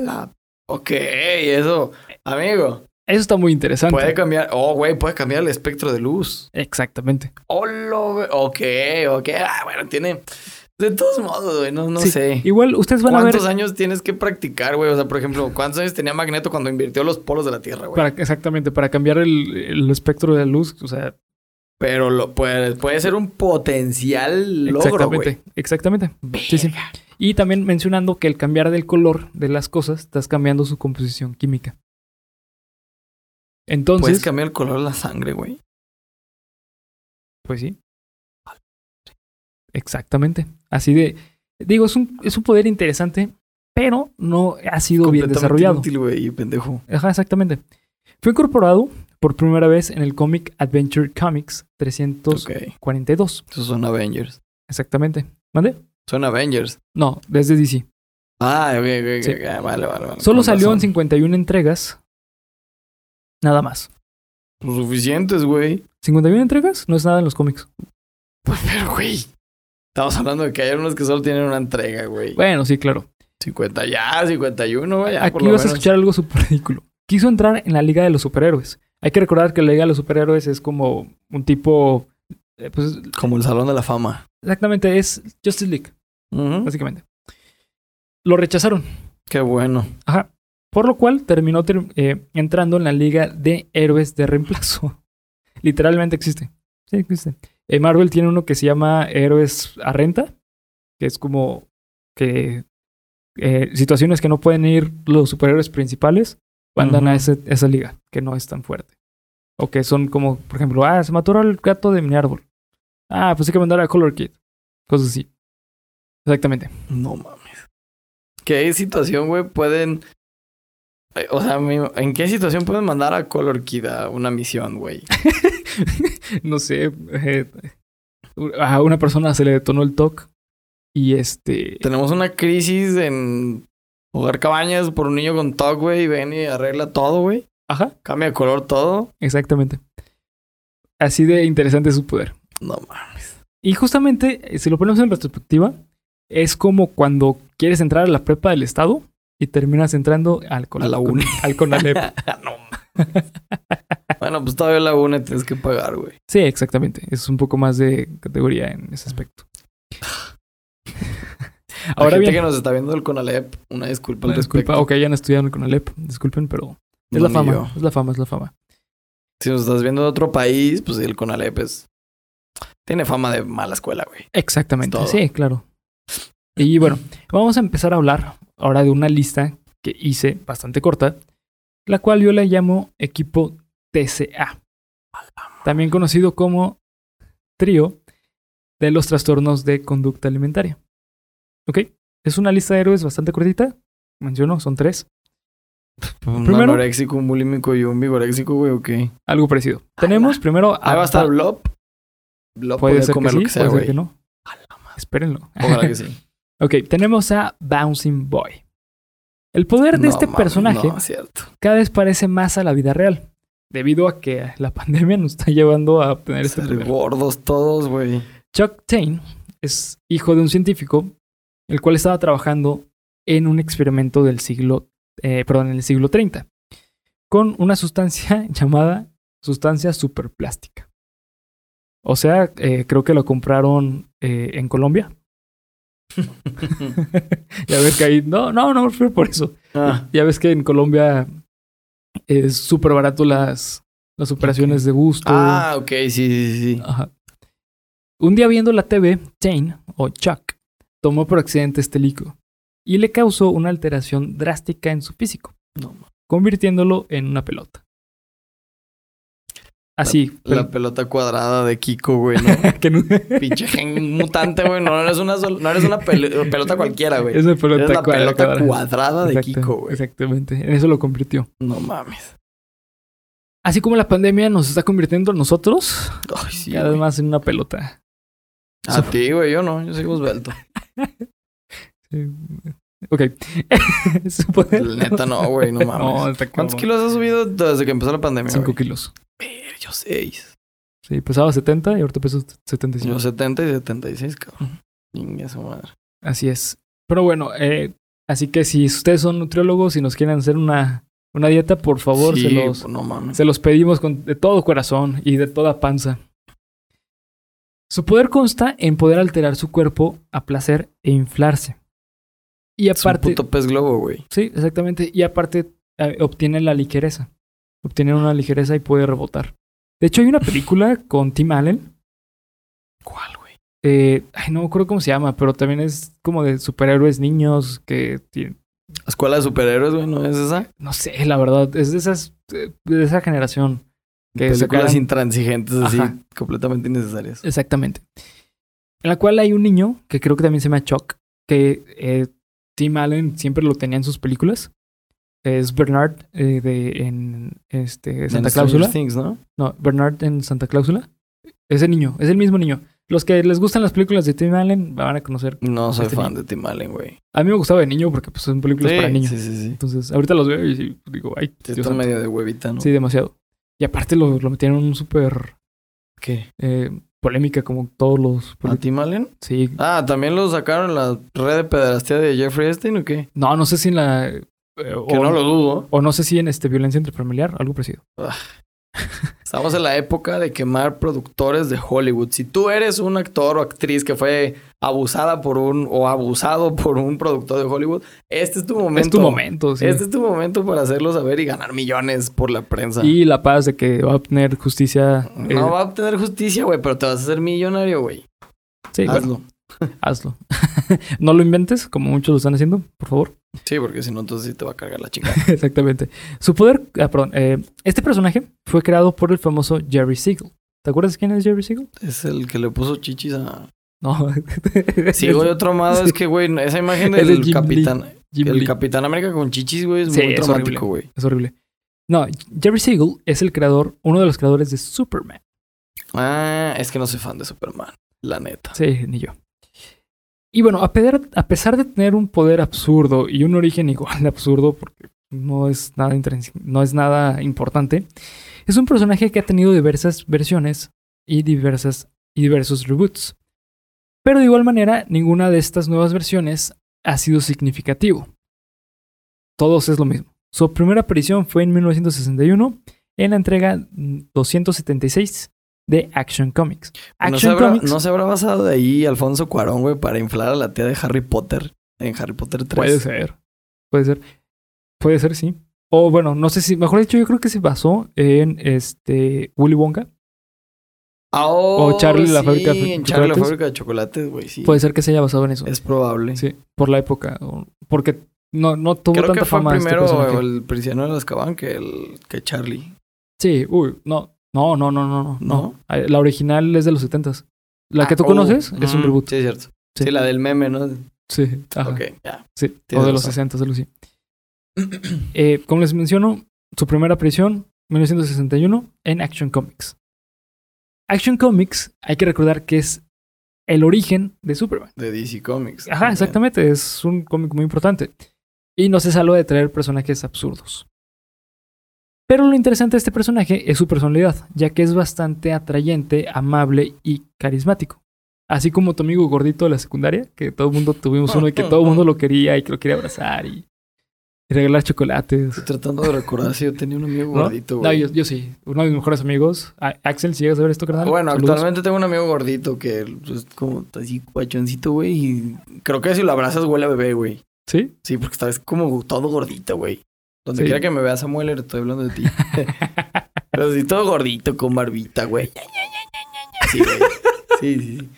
Speaker 2: La... Ok, eso. Amigo,
Speaker 1: Eso está muy interesante.
Speaker 2: puede cambiar. Oh, güey, puede cambiar el espectro de luz.
Speaker 1: Exactamente.
Speaker 2: Holo, güey. Ok, ok. Ah, bueno, tiene. De todos modos, güey, no, no
Speaker 1: Sí,
Speaker 2: sé.
Speaker 1: Igual ustedes van a ver.
Speaker 2: ¿Cuántos años tienes que practicar, güey? O sea, por ejemplo, ¿cuántos años tenía Magneto cuando invirtió los polos de la Tierra, güey?
Speaker 1: Para, exactamente, para cambiar el, el espectro de la luz. O sea,
Speaker 2: Pero lo, puede, puede ser un potencial logro,
Speaker 1: exactamente.
Speaker 2: güey.
Speaker 1: Exactamente. Sí, sí. Y también mencionando que el cambiar del color de las cosas, estás cambiando su composición química.
Speaker 2: Puedes
Speaker 1: Entonces,
Speaker 2: cambiar el color de la sangre, güey.
Speaker 1: pues sí. Exactamente. Así de. Digo, es un, es un poder interesante, pero no ha sido bien
Speaker 2: Completamente
Speaker 1: desarrollado.
Speaker 2: inútil, güey, pendejo.
Speaker 1: Ajá, exactamente. Fue incorporado por primera vez en el cómic Adventure Comics 342.
Speaker 2: Ok. Esos son Avengers.
Speaker 1: Exactamente. ¿Mande?
Speaker 2: Son Avengers.
Speaker 1: No, desde DC.
Speaker 2: Ah, ok, ok, ok.
Speaker 1: Sí.
Speaker 2: Ah, Vale, vale, vale.
Speaker 1: Solo
Speaker 2: Con
Speaker 1: salió en
Speaker 2: razón.
Speaker 1: 51 entregas. Nada más.
Speaker 2: Pues suficientes, güey.
Speaker 1: 51 entregas no es nada en los cómics.
Speaker 2: Pues, pero, güey. Estamos hablando de que hay unos que solo tienen una entrega, güey.
Speaker 1: Bueno, sí, claro.
Speaker 2: 50 ya, 51, güey. ya, por
Speaker 1: Aquí
Speaker 2: lo
Speaker 1: vas a
Speaker 2: menos.
Speaker 1: escuchar algo súper ridículo. Quiso entrar en la Liga de los Superhéroes. Hay que recordar que la Liga de los Superhéroes es como un tipo. eh, Pues
Speaker 2: Como el Salón de la Fama.
Speaker 1: exactamente, es Justice League,
Speaker 2: Ujú.
Speaker 1: básicamente. Lo rechazaron.
Speaker 2: Qué bueno.
Speaker 1: Ajá. Por lo cual terminó ter- eh, entrando en la liga de héroes de reemplazo. Literalmente existe. Sí, existe. Eh, Marvel tiene uno que se llama Héroes a Renta, que es como que eh, situaciones que no pueden ir los superhéroes principales mandan a
Speaker 2: Ujú.
Speaker 1: ese- esa liga, que no es tan fuerte. O que son como, por ejemplo, ah, se mató el gato de mi árbol. Ah, pues hay que mandar a Color Kid. Cosas así. Exactamente.
Speaker 2: No mames. ¿Qué situación, güey, pueden... Eh, O sea, mi- ¿en qué situación pueden mandar a Color Kid a una misión, güey?
Speaker 1: no sé, eh, a una persona se le detonó el TOC y este...
Speaker 2: Tenemos una crisis en Hogar Cabañas por un niño con TOC, güey, y ven y arregla todo, güey.
Speaker 1: Ajá,
Speaker 2: Cambia de color todo.
Speaker 1: exactamente. Así de interesante es su poder.
Speaker 2: No mames.
Speaker 1: Y justamente, eh, si lo ponemos en retrospectiva, es como cuando quieres entrar a la prepa del Estado y terminas entrando al con-
Speaker 2: A la
Speaker 1: con-
Speaker 2: uni.
Speaker 1: al CONALEP.
Speaker 2: no mames. bueno, pues todavía la UNE tienes que pagar, güey.
Speaker 1: sí, exactamente. Es un poco más de categoría en ese aspecto.
Speaker 2: Ahora
Speaker 1: Ahora
Speaker 2: gente
Speaker 1: bien,
Speaker 2: que nos está viendo el Conalep, una disculpa. al
Speaker 1: una disculpa,
Speaker 2: respecto.
Speaker 1: ok, ya no estudiaron con Alep, disculpen, pero es
Speaker 2: No,
Speaker 1: la
Speaker 2: ni
Speaker 1: fama,
Speaker 2: yo.
Speaker 1: es la fama, es la fama.
Speaker 2: Si nos estás viendo de otro país, pues el Conalep es... Tiene fama de mala escuela, güey.
Speaker 1: Exactamente,
Speaker 2: Es todo.
Speaker 1: sí, claro. Y bueno, vamos a empezar a hablar ahora de una lista que hice bastante corta, la cual yo la llamo equipo TCA, también conocido como trío de los trastornos de conducta alimentaria. ¿Ok? Es una lista de héroes bastante cortita, menciono, son tres,
Speaker 2: Un
Speaker 1: Primero-
Speaker 2: anoréxico, un bulímico y un vigoréxico, güey, ok.
Speaker 1: algo parecido. Tenemos primero
Speaker 2: Ahí va a estar Blob. Blob
Speaker 1: Ah, Puede
Speaker 2: puede
Speaker 1: ser que
Speaker 2: comer
Speaker 1: sí,
Speaker 2: lo que sea,
Speaker 1: puede ser
Speaker 2: güey.
Speaker 1: que no. Espérenlo.
Speaker 2: Ojalá que sí.
Speaker 1: Ok, tenemos a Bouncing Boy. El poder de
Speaker 2: No,
Speaker 1: este
Speaker 2: mames,
Speaker 1: personaje
Speaker 2: No, cierto.
Speaker 1: cada vez parece más a la vida real, debido a que la pandemia nos está llevando a obtener este
Speaker 2: Ser
Speaker 1: poder.
Speaker 2: gordos todos, güey.
Speaker 1: Chuck Tain es hijo de un científico, el cual estaba trabajando en un experimento del siglo, eh, perdón, en el siglo 30, con una sustancia llamada sustancia superplástica. O sea, eh, creo que lo compraron eh, en Colombia. ya ves que ahí, no, no, no, fue por eso.
Speaker 2: Ah,
Speaker 1: Ya ves que en Colombia es súper barato las, las operaciones de gusto.
Speaker 2: Ah, ok, sí, sí, sí.
Speaker 1: Ajá. Un día viendo la TV, Chain o Chuck tomó por accidente este líquido y le causó una alteración drástica en su físico,
Speaker 2: No,
Speaker 1: convirtiéndolo en una pelota. Así,
Speaker 2: La pelota cuadrada de Kiko, güey, ¿no?
Speaker 1: pel- que no-
Speaker 2: Pinche gen mutante, güey. No, no eres una, sol- no eres una pel- pelota cualquiera, güey.
Speaker 1: es una pelota,
Speaker 2: Eres la
Speaker 1: cuadra-
Speaker 2: pelota
Speaker 1: cuadrada.
Speaker 2: cuadrada, de
Speaker 1: Exacto,
Speaker 2: Kiko, güey.
Speaker 1: Exactamente, en eso lo convirtió.
Speaker 2: No mames.
Speaker 1: Así como la pandemia nos está convirtiendo a nosotros,
Speaker 2: Ay, sí,
Speaker 1: cada vez
Speaker 2: güey.
Speaker 1: más en una pelota.
Speaker 2: A ti, güey, yo no. Yo sigo esbelto.
Speaker 1: Eh, Ok. Su poder-
Speaker 2: Neta, no, güey, no mames.
Speaker 1: No, está
Speaker 2: ¿Cuántos
Speaker 1: cabrón.
Speaker 2: kilos has subido desde que empezó la pandemia?
Speaker 1: Cinco
Speaker 2: güey?
Speaker 1: kilos.
Speaker 2: Ver, Yo seis.
Speaker 1: Sí, pesaba 70 y ahorita peso 75.
Speaker 2: Yo 70 y 76, cabrón. Chingue su madre.
Speaker 1: Así es. Pero bueno, eh, así que si ustedes son nutriólogos y nos quieren hacer una, una dieta, por favor,
Speaker 2: Sí,
Speaker 1: se, los,
Speaker 2: No mames.
Speaker 1: se los pedimos con, de todo corazón y de toda panza. Su poder consta en poder alterar su cuerpo a placer e inflarse. Y
Speaker 2: Es un
Speaker 1: aparte,
Speaker 2: puto pez globo, güey.
Speaker 1: sí, exactamente. Y aparte eh, obtiene la ligereza. Obtiene una ligereza y puede rebotar. De hecho, hay una película con Tim Allen.
Speaker 2: ¿Cuál, güey?
Speaker 1: eh, ay, no me acuerdo cómo se llama, pero también es como de superhéroes niños que tienen.
Speaker 2: Escuela de superhéroes, güey, ¿no es esa?
Speaker 1: No sé, la verdad, es de esas. eh, de esa generación. Que se
Speaker 2: Películas
Speaker 1: acuerdan-
Speaker 2: intransigentes así,
Speaker 1: Ajá.
Speaker 2: completamente innecesarias.
Speaker 1: Exactamente. En la cual hay un niño, que creo que también se llama Chuck, que eh, Tim Allen siempre lo tenía en sus películas. Es Bernard eh, de en este, Santa
Speaker 2: En Stranger
Speaker 1: Clausula.
Speaker 2: Things, ¿no?
Speaker 1: No, Bernard en Santa Clausula. Ese niño, es el mismo niño. Los que les gustan las películas de Tim Allen la van a conocer.
Speaker 2: No soy
Speaker 1: Este
Speaker 2: fan de Tim Allen, güey.
Speaker 1: A mí me gustaba de niño porque pues, son películas para niños.
Speaker 2: sí, sí, sí.
Speaker 1: Entonces, ahorita los veo y sí, pues, digo, ay,
Speaker 2: Sí,
Speaker 1: Dios
Speaker 2: está
Speaker 1: santo.
Speaker 2: medio de huevita, ¿no?
Speaker 1: sí, demasiado. Y aparte lo, lo metieron en un súper
Speaker 2: ¿Qué?
Speaker 1: eh, polémica como todos los...
Speaker 2: ¿A
Speaker 1: poli-
Speaker 2: Tim Allen?
Speaker 1: Sí.
Speaker 2: Ah, ¿también lo sacaron en la red de pederastía de Jeffrey Epstein o qué?
Speaker 1: No, no sé si en la... eh, o,
Speaker 2: Que no lo dudo.
Speaker 1: o no sé si en este violencia intrafamiliar, algo parecido.
Speaker 2: Estamos en la época de quemar productores de Hollywood. Si tú eres un actor o actriz que fue abusada por un o abusado por un productor de Hollywood, este es tu momento.
Speaker 1: Es tu momento, sí.
Speaker 2: Este es tu momento para hacerlo saber y ganar millones por la prensa.
Speaker 1: Y la paz de que va a obtener justicia. eh,
Speaker 2: No va a obtener justicia, güey, pero te vas a hacer millonario, güey.
Speaker 1: sí, bueno,
Speaker 2: Hazlo.
Speaker 1: hazlo. no lo inventes, como muchos lo están haciendo, por favor.
Speaker 2: Sí, porque si no, entonces sí te va a cargar la chica.
Speaker 1: Exactamente. Su poder, ah, perdón, eh, este personaje fue creado por el famoso Jerry Siegel. ¿Te acuerdas quién es Jerry Siegel?
Speaker 2: es el que le puso chichis a.
Speaker 1: No.
Speaker 2: Sí, güey, otro más es que, güey, esa imagen
Speaker 1: Es de
Speaker 2: del
Speaker 1: Jim
Speaker 2: capitán.
Speaker 1: Jim
Speaker 2: El
Speaker 1: Lee.
Speaker 2: Capitán América con chichis, güey, es
Speaker 1: Sí,
Speaker 2: muy
Speaker 1: es
Speaker 2: traumático, güey.
Speaker 1: Es horrible. No, Jerry Siegel es el creador, uno de los creadores de Superman.
Speaker 2: Ah, es que no soy fan de Superman, la neta.
Speaker 1: Sí, ni yo. Y bueno, a, peder- a pesar de tener un poder absurdo y un origen igual de absurdo, porque no es nada, intrínse- no es nada importante, Es un personaje que ha tenido diversas versiones y, diversas, y diversos reboots. Pero de igual manera, ninguna de estas nuevas versiones ha sido significativo. Todos es lo mismo. Su primera aparición fue en 1961 en la entrega 276 de Action Comics.
Speaker 2: ¿No
Speaker 1: Action
Speaker 2: se, habrá,
Speaker 1: Comics
Speaker 2: no se habrá basado de ahí Alfonso Cuarón, güey, para inflar a la tía de Harry Potter en Harry Potter 3?
Speaker 1: puede ser. Puede ser. Puede ser, sí. O bueno, no sé si, mejor dicho, yo creo que se basó en este Willy Wonka.
Speaker 2: Ah, oh,
Speaker 1: O Charlie la
Speaker 2: sí,
Speaker 1: fábrica de
Speaker 2: en Charlie la
Speaker 1: chocolates.
Speaker 2: fábrica de chocolates, güey, sí.
Speaker 1: Puede ser que se haya basado en eso.
Speaker 2: es probable.
Speaker 1: Sí, por la época. o- Porque no, no tuvo
Speaker 2: Creo
Speaker 1: tanta
Speaker 2: que fue
Speaker 1: fama este
Speaker 2: primero
Speaker 1: personaje.
Speaker 2: el prisionero de Azkaban que el que Charlie.
Speaker 1: Sí, uy, no. No, no, no, no, no.
Speaker 2: ¿No?
Speaker 1: Ah, La original es de los 70s. La que
Speaker 2: Ah,
Speaker 1: tú
Speaker 2: oh,
Speaker 1: conoces es un
Speaker 2: mm,
Speaker 1: reboot.
Speaker 2: Sí, es cierto.
Speaker 1: Sí.
Speaker 2: Sí, la del meme, ¿no?
Speaker 1: Sí, ajá,
Speaker 2: Ok, ya.
Speaker 1: sí. O
Speaker 2: tienes
Speaker 1: de los
Speaker 2: razón.
Speaker 1: 60, algo así. Eh, como les menciono, su primera aparición, 1961, en Action Comics. Action Comics, hay que recordar que es el origen de Superman.
Speaker 2: De DC Comics.
Speaker 1: Ajá,
Speaker 2: también.
Speaker 1: exactamente, es un cómic muy importante. Y no se salva de traer personajes absurdos. Pero lo interesante de este personaje es su personalidad, ya que es bastante atrayente, amable y carismático. Así como tu amigo gordito de la secundaria, que todo el mundo tuvimos uno y que todo el mundo lo quería y que lo quería abrazar y, y regalar chocolates.
Speaker 2: Estoy tratando de recordar si yo tenía un amigo
Speaker 1: ¿No?
Speaker 2: gordito,
Speaker 1: No,
Speaker 2: güey.
Speaker 1: yo, yo sí. Uno de mis mejores amigos. A- Axel, si llegas a ver esto, carnal.
Speaker 2: Bueno,
Speaker 1: saludos.
Speaker 2: actualmente tengo un amigo gordito que es como así pachoncito, güey. Y creo que si lo abrazas huele a bebé, güey.
Speaker 1: Sí.
Speaker 2: Sí, porque estás como todo gordito, güey. Donde
Speaker 1: Sí.
Speaker 2: quiera que me veas, Samuel, estoy hablando de ti. Pero sí, todo gordito, con barbita, güey. Sí, güey. Sí, sí, sí.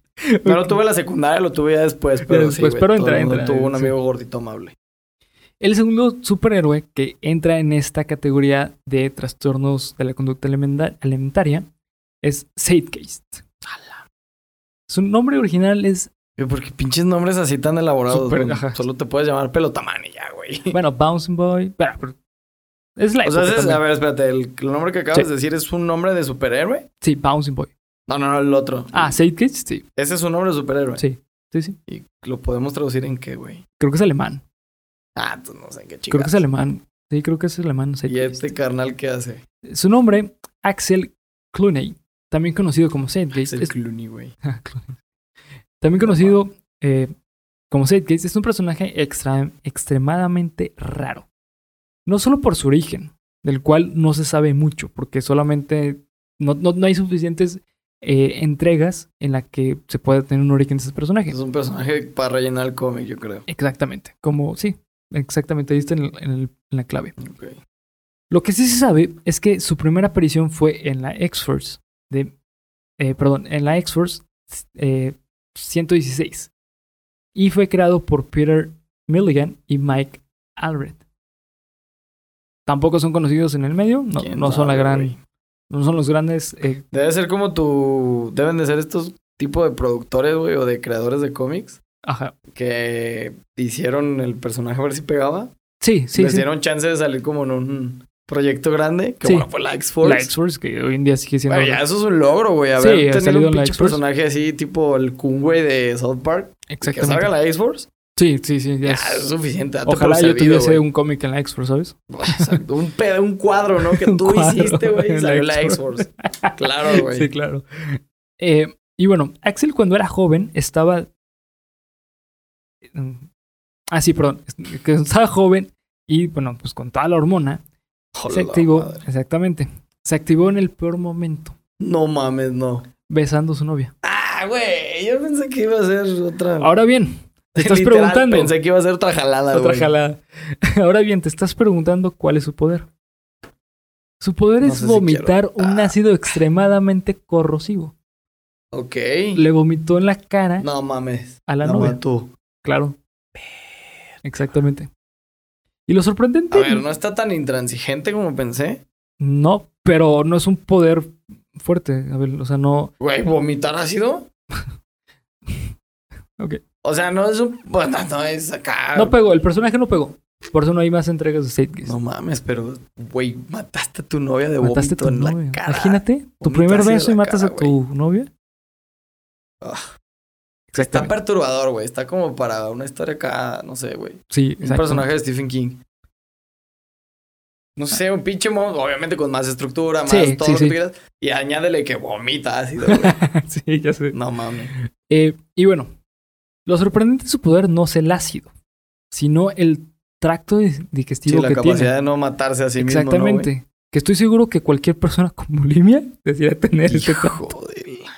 Speaker 2: No lo tuve en la secundaria, lo tuve ya después, pero sí,
Speaker 1: Después,
Speaker 2: güey,
Speaker 1: pero pues
Speaker 2: todo
Speaker 1: entra,
Speaker 2: el mundo
Speaker 1: entra,
Speaker 2: Tuvo un
Speaker 1: sí.
Speaker 2: amigo gordito amable.
Speaker 1: El segundo superhéroe que entra en esta categoría de trastornos de la conducta alimenta- alimentaria es Zeitgeist. Su nombre original es,
Speaker 2: Güey, Porque pinches nombres así tan elaborados,
Speaker 1: Súper,
Speaker 2: güey.
Speaker 1: ajá.
Speaker 2: Solo te puedes llamar pelotamán y ya, güey.
Speaker 1: bueno, Bouncing Boy. pero- pero- es la
Speaker 2: O sea,
Speaker 1: época
Speaker 2: ese es-
Speaker 1: también.
Speaker 2: a ver, espérate, el, el nombre que acabas
Speaker 1: Sí.
Speaker 2: de decir es un nombre de superhéroe.
Speaker 1: Sí, Bouncing Boy.
Speaker 2: No, no, no, el otro.
Speaker 1: Ah, Zeitgeist, sí.
Speaker 2: Ese es un nombre de superhéroe.
Speaker 1: Sí, sí, sí.
Speaker 2: ¿Y lo podemos traducir en qué, güey?
Speaker 1: Creo que es alemán.
Speaker 2: Ah, pues no sé en qué chingados.
Speaker 1: Creo que es alemán. Sí, creo que es alemán.
Speaker 2: ¿Y
Speaker 1: Zeitgeist.
Speaker 2: este carnal qué hace?
Speaker 1: Su nombre, Axel Clooney, también conocido como Zeitgeist,
Speaker 2: Es el
Speaker 1: es
Speaker 2: Clooney, güey.
Speaker 1: Ah, Clooney. También conocido eh, como Zeitgeist, es un personaje extra- extremadamente raro. No solo por su origen, del cual no se sabe mucho, porque solamente no, no- no hay suficientes eh, entregas en las que se pueda tener un origen de estos
Speaker 2: Es
Speaker 1: personajes.
Speaker 2: un personaje para rellenar el cómic, yo creo.
Speaker 1: Exactamente, como sí, exactamente, ahí está en, el- en el- en la clave.
Speaker 2: Ok.
Speaker 1: Lo que sí se sabe es que su primera aparición fue en la X-Force de. eh, perdón, en la X-Force eh, 116. Y fue creado por Peter Milligan y Mike Albrecht. Tampoco son conocidos en el medio, no,
Speaker 2: ¿Quién
Speaker 1: no son la
Speaker 2: sabe,
Speaker 1: gran.
Speaker 2: güey?
Speaker 1: No son los grandes. eh,
Speaker 2: Debe ser como tu... Deben de ser estos tipos de productores, güey, o de creadores de cómics
Speaker 1: ajá.
Speaker 2: que hicieron el personaje a ver si pegaba.
Speaker 1: Sí, sí.
Speaker 2: Les
Speaker 1: sí.
Speaker 2: dieron chance de salir como en un proyecto grande, que
Speaker 1: Sí.
Speaker 2: bueno, fue la X-Force.
Speaker 1: La X-Force, que hoy en día sigue siendo.
Speaker 2: Güey, ya eso es un logro, güey.
Speaker 1: Sí,
Speaker 2: Haber
Speaker 1: ha salido en
Speaker 2: tenido un
Speaker 1: la
Speaker 2: pinche
Speaker 1: X-Force.
Speaker 2: personaje así, tipo el Kun, güey, de South Park. Que salga
Speaker 1: Exactamente.
Speaker 2: la X-Force.
Speaker 1: Sí, sí, sí. ya
Speaker 2: Ya,
Speaker 1: es-
Speaker 2: es suficiente. date por
Speaker 1: Ojalá yo
Speaker 2: servido,
Speaker 1: tuviese
Speaker 2: güey.
Speaker 1: un cómic en la X-Force, ¿sabes?
Speaker 2: Exacto, un, pedo, un cuadro, ¿no? Que
Speaker 1: Un
Speaker 2: tú
Speaker 1: cuadro,
Speaker 2: hiciste,
Speaker 1: en
Speaker 2: güey.
Speaker 1: la
Speaker 2: y Salió la
Speaker 1: X-Force.
Speaker 2: X-Force. Claro, güey.
Speaker 1: Sí, claro. Eh, y bueno, Axel cuando era joven estaba... Mm, Ah, sí, perdón. Es- que Estaba joven y bueno, pues con toda la hormona
Speaker 2: Joder,
Speaker 1: se
Speaker 2: la
Speaker 1: activó.
Speaker 2: madre.
Speaker 1: Exactamente. Se activó en el peor momento,
Speaker 2: No mames, no.
Speaker 1: besando a su novia.
Speaker 2: Ah, güey. Yo pensé que iba a ser otra.
Speaker 1: Ahora bien, te estás
Speaker 2: Literal,
Speaker 1: preguntando...
Speaker 2: Pensé que iba a ser otra jalada,
Speaker 1: Otra
Speaker 2: güey.
Speaker 1: jalada. Ahora bien, te estás preguntando cuál es su poder. Su poder
Speaker 2: No
Speaker 1: es
Speaker 2: sé si
Speaker 1: vomitar
Speaker 2: quiero.
Speaker 1: un
Speaker 2: Ah.
Speaker 1: ácido extremadamente corrosivo.
Speaker 2: Ok.
Speaker 1: Le vomitó en la cara
Speaker 2: No mames.
Speaker 1: a la
Speaker 2: no
Speaker 1: novia.
Speaker 2: mames, tú.
Speaker 1: Claro. Exactamente. Y lo sorprendente,
Speaker 2: A ver, no está tan intransigente como pensé.
Speaker 1: no, pero no es un poder fuerte. A ver, o sea, no.
Speaker 2: Güey, vomitar ácido.
Speaker 1: Ok.
Speaker 2: O sea, no es un. Bueno, no es acá.
Speaker 1: No pegó, el personaje no pegó. Por eso no hay más entregas de Zeitgeist.
Speaker 2: No mames, pero, güey, mataste a tu novia de
Speaker 1: Mataste a
Speaker 2: vómito
Speaker 1: tu
Speaker 2: en la
Speaker 1: novia.
Speaker 2: cara.
Speaker 1: Imagínate, tu
Speaker 2: Vomita
Speaker 1: primer
Speaker 2: ácido en
Speaker 1: beso y
Speaker 2: la
Speaker 1: matas
Speaker 2: cara,
Speaker 1: a tu novia.
Speaker 2: Ah. Está
Speaker 1: Exactamente.
Speaker 2: perturbador, güey. Está como para una historia acá, no sé, güey.
Speaker 1: Sí,
Speaker 2: Un personaje de Stephen King. no sé, un pinche mouse, obviamente con más estructura, más
Speaker 1: Sí,
Speaker 2: todo
Speaker 1: sí,
Speaker 2: lo
Speaker 1: sí.
Speaker 2: que tú quieras. Y añádele que vomita ácido, güey.
Speaker 1: sí, ya sé.
Speaker 2: No mames.
Speaker 1: Eh, y bueno, lo sorprendente de su poder no es el ácido, sino el tracto di-
Speaker 2: Sí,
Speaker 1: digestivo
Speaker 2: la
Speaker 1: que
Speaker 2: capacidad
Speaker 1: tiene.
Speaker 2: de no matarse a sí mismo. ¿no, güey?
Speaker 1: Exactamente. que estoy seguro que cualquier persona con bulimia decidiera tener este tra-
Speaker 2: Hijo de la-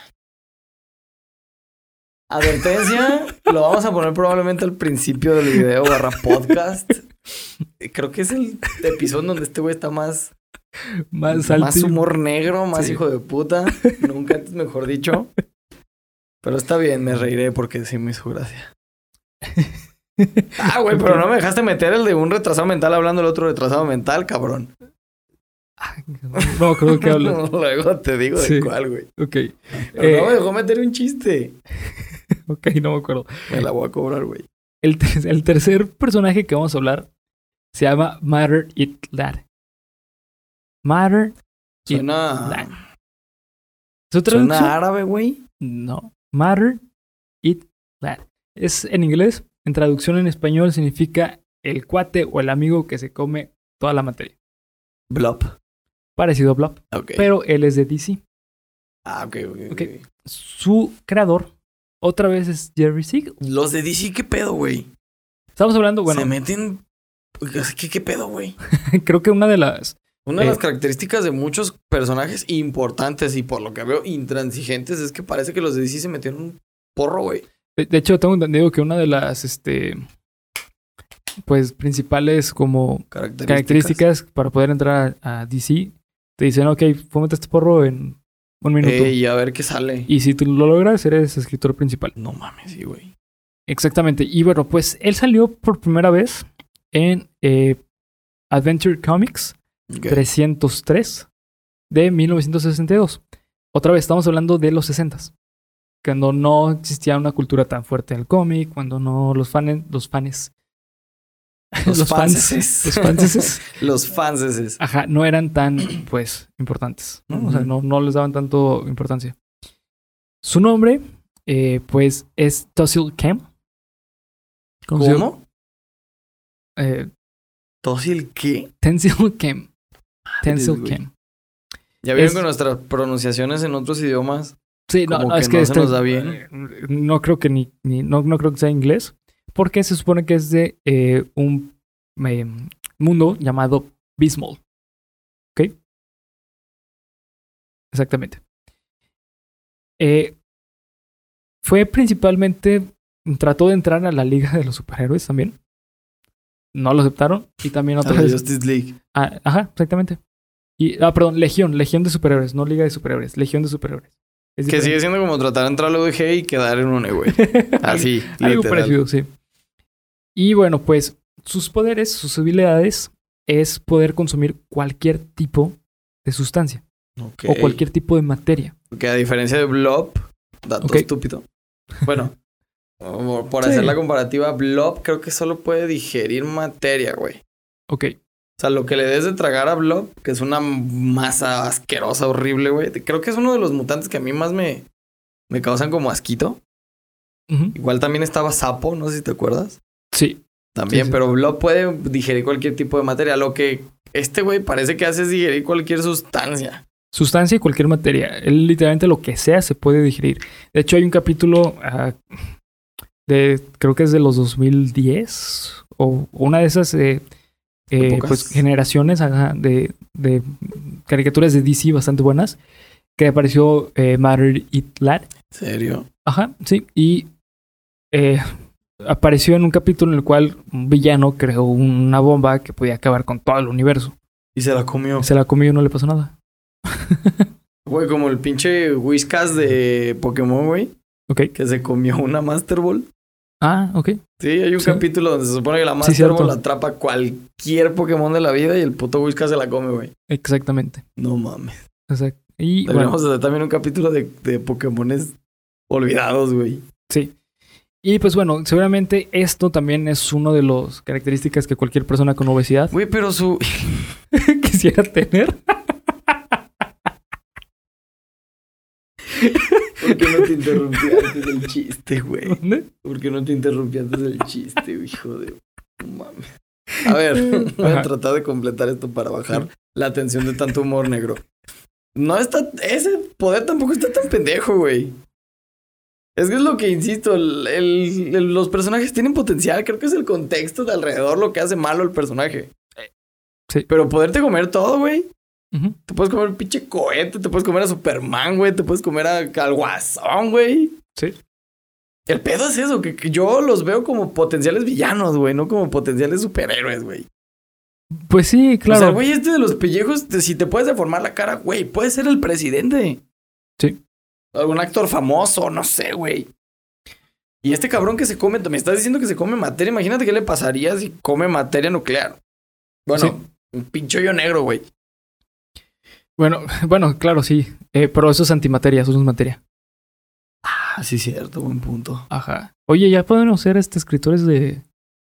Speaker 2: Advertencia, lo vamos a poner probablemente al principio del video barra podcast. Eh, Creo que es el episodio donde este güey está más,
Speaker 1: más alto.
Speaker 2: más humor negro, más
Speaker 1: Sí.
Speaker 2: hijo de puta. Nunca antes, mejor dicho. Pero está bien, me reiré porque sí me hizo gracia. Ah, güey, pero no me dejaste meter el de un retrasado mental hablando del otro retrasado mental, cabrón.
Speaker 1: No, creo que hablo.
Speaker 2: Luego te digo
Speaker 1: Sí.
Speaker 2: de cuál, güey.
Speaker 1: ok.
Speaker 2: Pero
Speaker 1: Eh,
Speaker 2: no me dejó meter un chiste.
Speaker 1: ok, no me acuerdo.
Speaker 2: Me la voy a cobrar, güey.
Speaker 1: El, ter- el tercer personaje que vamos a hablar se llama Matter It Lad. Matter. Y-
Speaker 2: Suena,
Speaker 1: ¿Su
Speaker 2: Ah. suena
Speaker 1: traducción?
Speaker 2: árabe, güey.
Speaker 1: No. Matter It Lad. Es en inglés. En traducción en español significa el cuate o el amigo que se come toda la materia.
Speaker 2: Blob.
Speaker 1: Parecido a Blob,
Speaker 2: Ok.
Speaker 1: pero él es de DC.
Speaker 2: ah, ok, ok, ok.
Speaker 1: Ok. Su creador otra vez es Jerry Siegel.
Speaker 2: Los de DC, ¿qué pedo, güey?
Speaker 1: Estamos hablando, bueno,
Speaker 2: Se meten... ¿Qué, qué pedo, güey?
Speaker 1: creo que una de las
Speaker 2: Una de
Speaker 1: Eh.
Speaker 2: las características de muchos personajes importantes y por lo que veo intransigentes es que parece que los de DC se metieron un porro, güey.
Speaker 1: De, de hecho, tengo entendido que una de las, este, pues, principales como
Speaker 2: Características.
Speaker 1: características para poder entrar a, a DC, te dicen, ok, fomenta este porro en un minuto.
Speaker 2: Ey, a ver qué sale.
Speaker 1: Y si tú lo logras, eres escritor principal.
Speaker 2: No mames, sí, güey.
Speaker 1: Exactamente. Y bueno, pues él salió por primera vez en eh, Adventure Comics
Speaker 2: Ok.
Speaker 1: 303 de 1962. Otra vez, estamos hablando de los 60 cuando no existía una cultura tan fuerte del cómic, cuando no los fans, los fans,
Speaker 2: Los
Speaker 1: fanses,
Speaker 2: fanses.
Speaker 1: los fanses, Ah,
Speaker 2: Los fanses.
Speaker 1: ajá, no eran tan, pues, importantes, ¿no? O sea,
Speaker 2: Ujú.
Speaker 1: no, no les daban tanto importancia. Su nombre, eh, pues, es Tossil Kem. Conocido-
Speaker 2: ¿Cómo?
Speaker 1: Eh,
Speaker 2: ¿Tosil qué?
Speaker 1: Tensil Kem. Tensil
Speaker 2: güey.
Speaker 1: Kem.
Speaker 2: Ya vieron
Speaker 1: Es-
Speaker 2: que nuestras pronunciaciones en otros idiomas.
Speaker 1: Sí, no,
Speaker 2: Como
Speaker 1: no,
Speaker 2: que
Speaker 1: es que
Speaker 2: no se
Speaker 1: este,
Speaker 2: nos da bien.
Speaker 1: eh, No creo que ni, ni- no, no creo que sea inglés, porque se supone que es de eh, un eh, mundo llamado Bismol. ¿Ok? Exactamente. Eh, fue principalmente, trató de entrar a la Liga de los Superhéroes también. No lo aceptaron y también
Speaker 2: A
Speaker 1: otra
Speaker 2: la
Speaker 1: vez
Speaker 2: Justice League.
Speaker 1: Ah, ajá, exactamente. Y, ah, perdón, Legión, Legión de Superhéroes, no Liga de Superhéroes, Legión de Superhéroes. Es
Speaker 2: Que sigue
Speaker 1: diferente.
Speaker 2: siendo como tratar de entrar al UDG y quedar en un güey. Así,
Speaker 1: Algo
Speaker 2: literal.
Speaker 1: parecido, sí. Y bueno, pues sus poderes, sus habilidades es poder consumir cualquier tipo de sustancia
Speaker 2: Ok.
Speaker 1: o cualquier tipo de materia.
Speaker 2: Que a diferencia de Blob, dato
Speaker 1: Ok.
Speaker 2: estúpido. Bueno, por por
Speaker 1: Sí.
Speaker 2: hacer la comparativa, Blob creo que solo puede digerir materia, güey.
Speaker 1: Ok,
Speaker 2: O sea, lo que le des de tragar a Blob, que es una masa asquerosa, horrible, güey. Creo que es uno de los mutantes que a mí más me, me causan como asquito.
Speaker 1: ujú,
Speaker 2: Igual también estaba Sapo, no sé si te acuerdas.
Speaker 1: sí.
Speaker 2: También,
Speaker 1: Sí, sí.
Speaker 2: pero Blob puede digerir cualquier tipo de materia. Lo que este güey parece que hace es digerir cualquier sustancia.
Speaker 1: Sustancia y cualquier materia. Él literalmente lo que sea se puede digerir. De hecho, hay un capítulo ah, de, creo que es de los 2010 o una de esas eh, eh,
Speaker 2: Épocas.
Speaker 1: pues, generaciones ajá, de, de caricaturas de DC bastante buenas que apareció eh, Matter It Lad.
Speaker 2: ¿En serio?
Speaker 1: Ajá, sí. Y eh, apareció en un capítulo en el cual un villano creó una bomba que podía acabar con todo el universo.
Speaker 2: Y se la comió.
Speaker 1: Se la comió y no le pasó nada.
Speaker 2: Güey, como el pinche Whiskas de Pokémon, güey,
Speaker 1: Ok.
Speaker 2: que se comió una Master Ball.
Speaker 1: Ah, ok.
Speaker 2: Sí, hay un
Speaker 1: Sí.
Speaker 2: capítulo donde se supone que la Master
Speaker 1: cierto.
Speaker 2: Ball atrapa cualquier Pokémon de la vida y el puto Whiskas se la come, güey.
Speaker 1: Exactamente.
Speaker 2: No mames.
Speaker 1: O sea, y bueno,
Speaker 2: Deberíamos hacer también un capítulo de, de Pokémones olvidados, güey.
Speaker 1: Sí. Y pues bueno, seguramente esto también es una de las características que cualquier persona con obesidad
Speaker 2: Güey, pero su...
Speaker 1: quisiera tener.
Speaker 2: ¿Por qué no te interrumpí antes del chiste, güey?
Speaker 1: ¿Dónde?
Speaker 2: ¿Por qué no te interrumpí antes del chiste, güey? hijo de... No mames. A ver, voy a tratar de completar esto para bajar la atención de tanto humor negro. No está. Ese poder tampoco está tan pendejo, güey. Es que es lo que insisto, el- el- el- los personajes tienen potencial, creo que es el contexto de alrededor lo que hace malo el personaje.
Speaker 1: Sí.
Speaker 2: Pero poderte comer todo, güey.
Speaker 1: Ujú.
Speaker 2: Te puedes comer un pinche cohete, te puedes comer a Superman, güey, te puedes comer a Calguazón, güey.
Speaker 1: Sí.
Speaker 2: El pedo es eso, que, que yo los veo como potenciales villanos, güey, no como potenciales superhéroes, güey.
Speaker 1: Pues sí,
Speaker 2: O sea,
Speaker 1: claro.
Speaker 2: güey, este de los pellejos, te- si te puedes deformar la cara, güey, puedes ser el presidente.
Speaker 1: Sí.
Speaker 2: Algún actor famoso, no sé, güey. Y este cabrón que se come, me estás diciendo que se come materia. Imagínate qué le pasaría si come materia nuclear. Bueno,
Speaker 1: Sí.
Speaker 2: un pinche hoyo negro, güey.
Speaker 1: Bueno, bueno, claro, sí. Eh, pero eso es antimateria, eso no es materia.
Speaker 2: Ah, sí, cierto, buen punto.
Speaker 1: Ajá. Oye, ya podemos ser este, escritores de,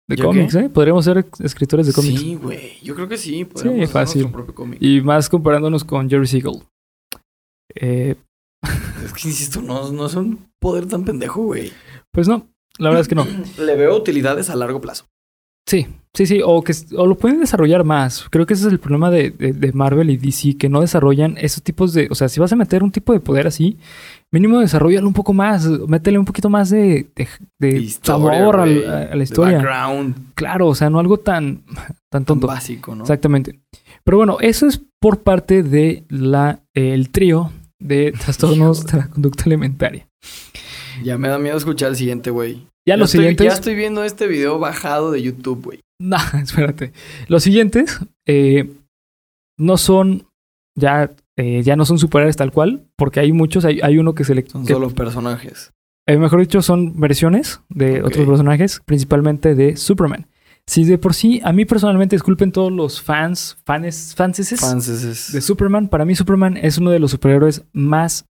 Speaker 1: de
Speaker 2: ¿Ya
Speaker 1: cómics, ¿eh? Podríamos ser ex- escritores de cómics.
Speaker 2: Sí, güey. Yo creo que sí. podríamos hacer
Speaker 1: fácil.
Speaker 2: nuestro propio cómic.
Speaker 1: Y más comparándonos con Jerry Siegel. Eh,
Speaker 2: Es que insisto, no, no es un poder tan pendejo, güey.
Speaker 1: pues no, la verdad es que no.
Speaker 2: Le veo utilidades a largo plazo.
Speaker 1: Sí, sí, sí, o que s- o lo pueden desarrollar más. Creo que ese es el problema de, de- de Marvel y DC, que no desarrollan esos tipos de. O sea, si vas a meter un tipo de poder así, mínimo desarrollalo un poco más, métele un poquito más de, de, de
Speaker 2: Historia,
Speaker 1: sabor al-
Speaker 2: güey,
Speaker 1: a, a la
Speaker 2: de
Speaker 1: historia.
Speaker 2: Background
Speaker 1: Claro, o sea, no algo tan, tan tonto.
Speaker 2: básico, ¿no?
Speaker 1: Exactamente. Pero bueno, eso es por parte de la el trío de trastornos de la conducta alimentaria.
Speaker 2: Ya me da miedo escuchar el siguiente, güey.
Speaker 1: Ya los
Speaker 2: estoy-
Speaker 1: siguientes.
Speaker 2: Ya estoy viendo este video bajado de YouTube, güey.
Speaker 1: No, espérate. Los siguientes eh, no son ya, eh, ya no son superhéroes tal cual, porque hay muchos, hay, hay uno que se le...
Speaker 2: Son
Speaker 1: que,
Speaker 2: solo personajes.
Speaker 1: eh, mejor dicho, son versiones de
Speaker 2: Ok.
Speaker 1: otros personajes, principalmente de Superman. Si de por sí, a mí personalmente, disculpen todos los fans, fans, fanses
Speaker 2: Fanses
Speaker 1: de Superman, para mí Superman es uno de los superhéroes más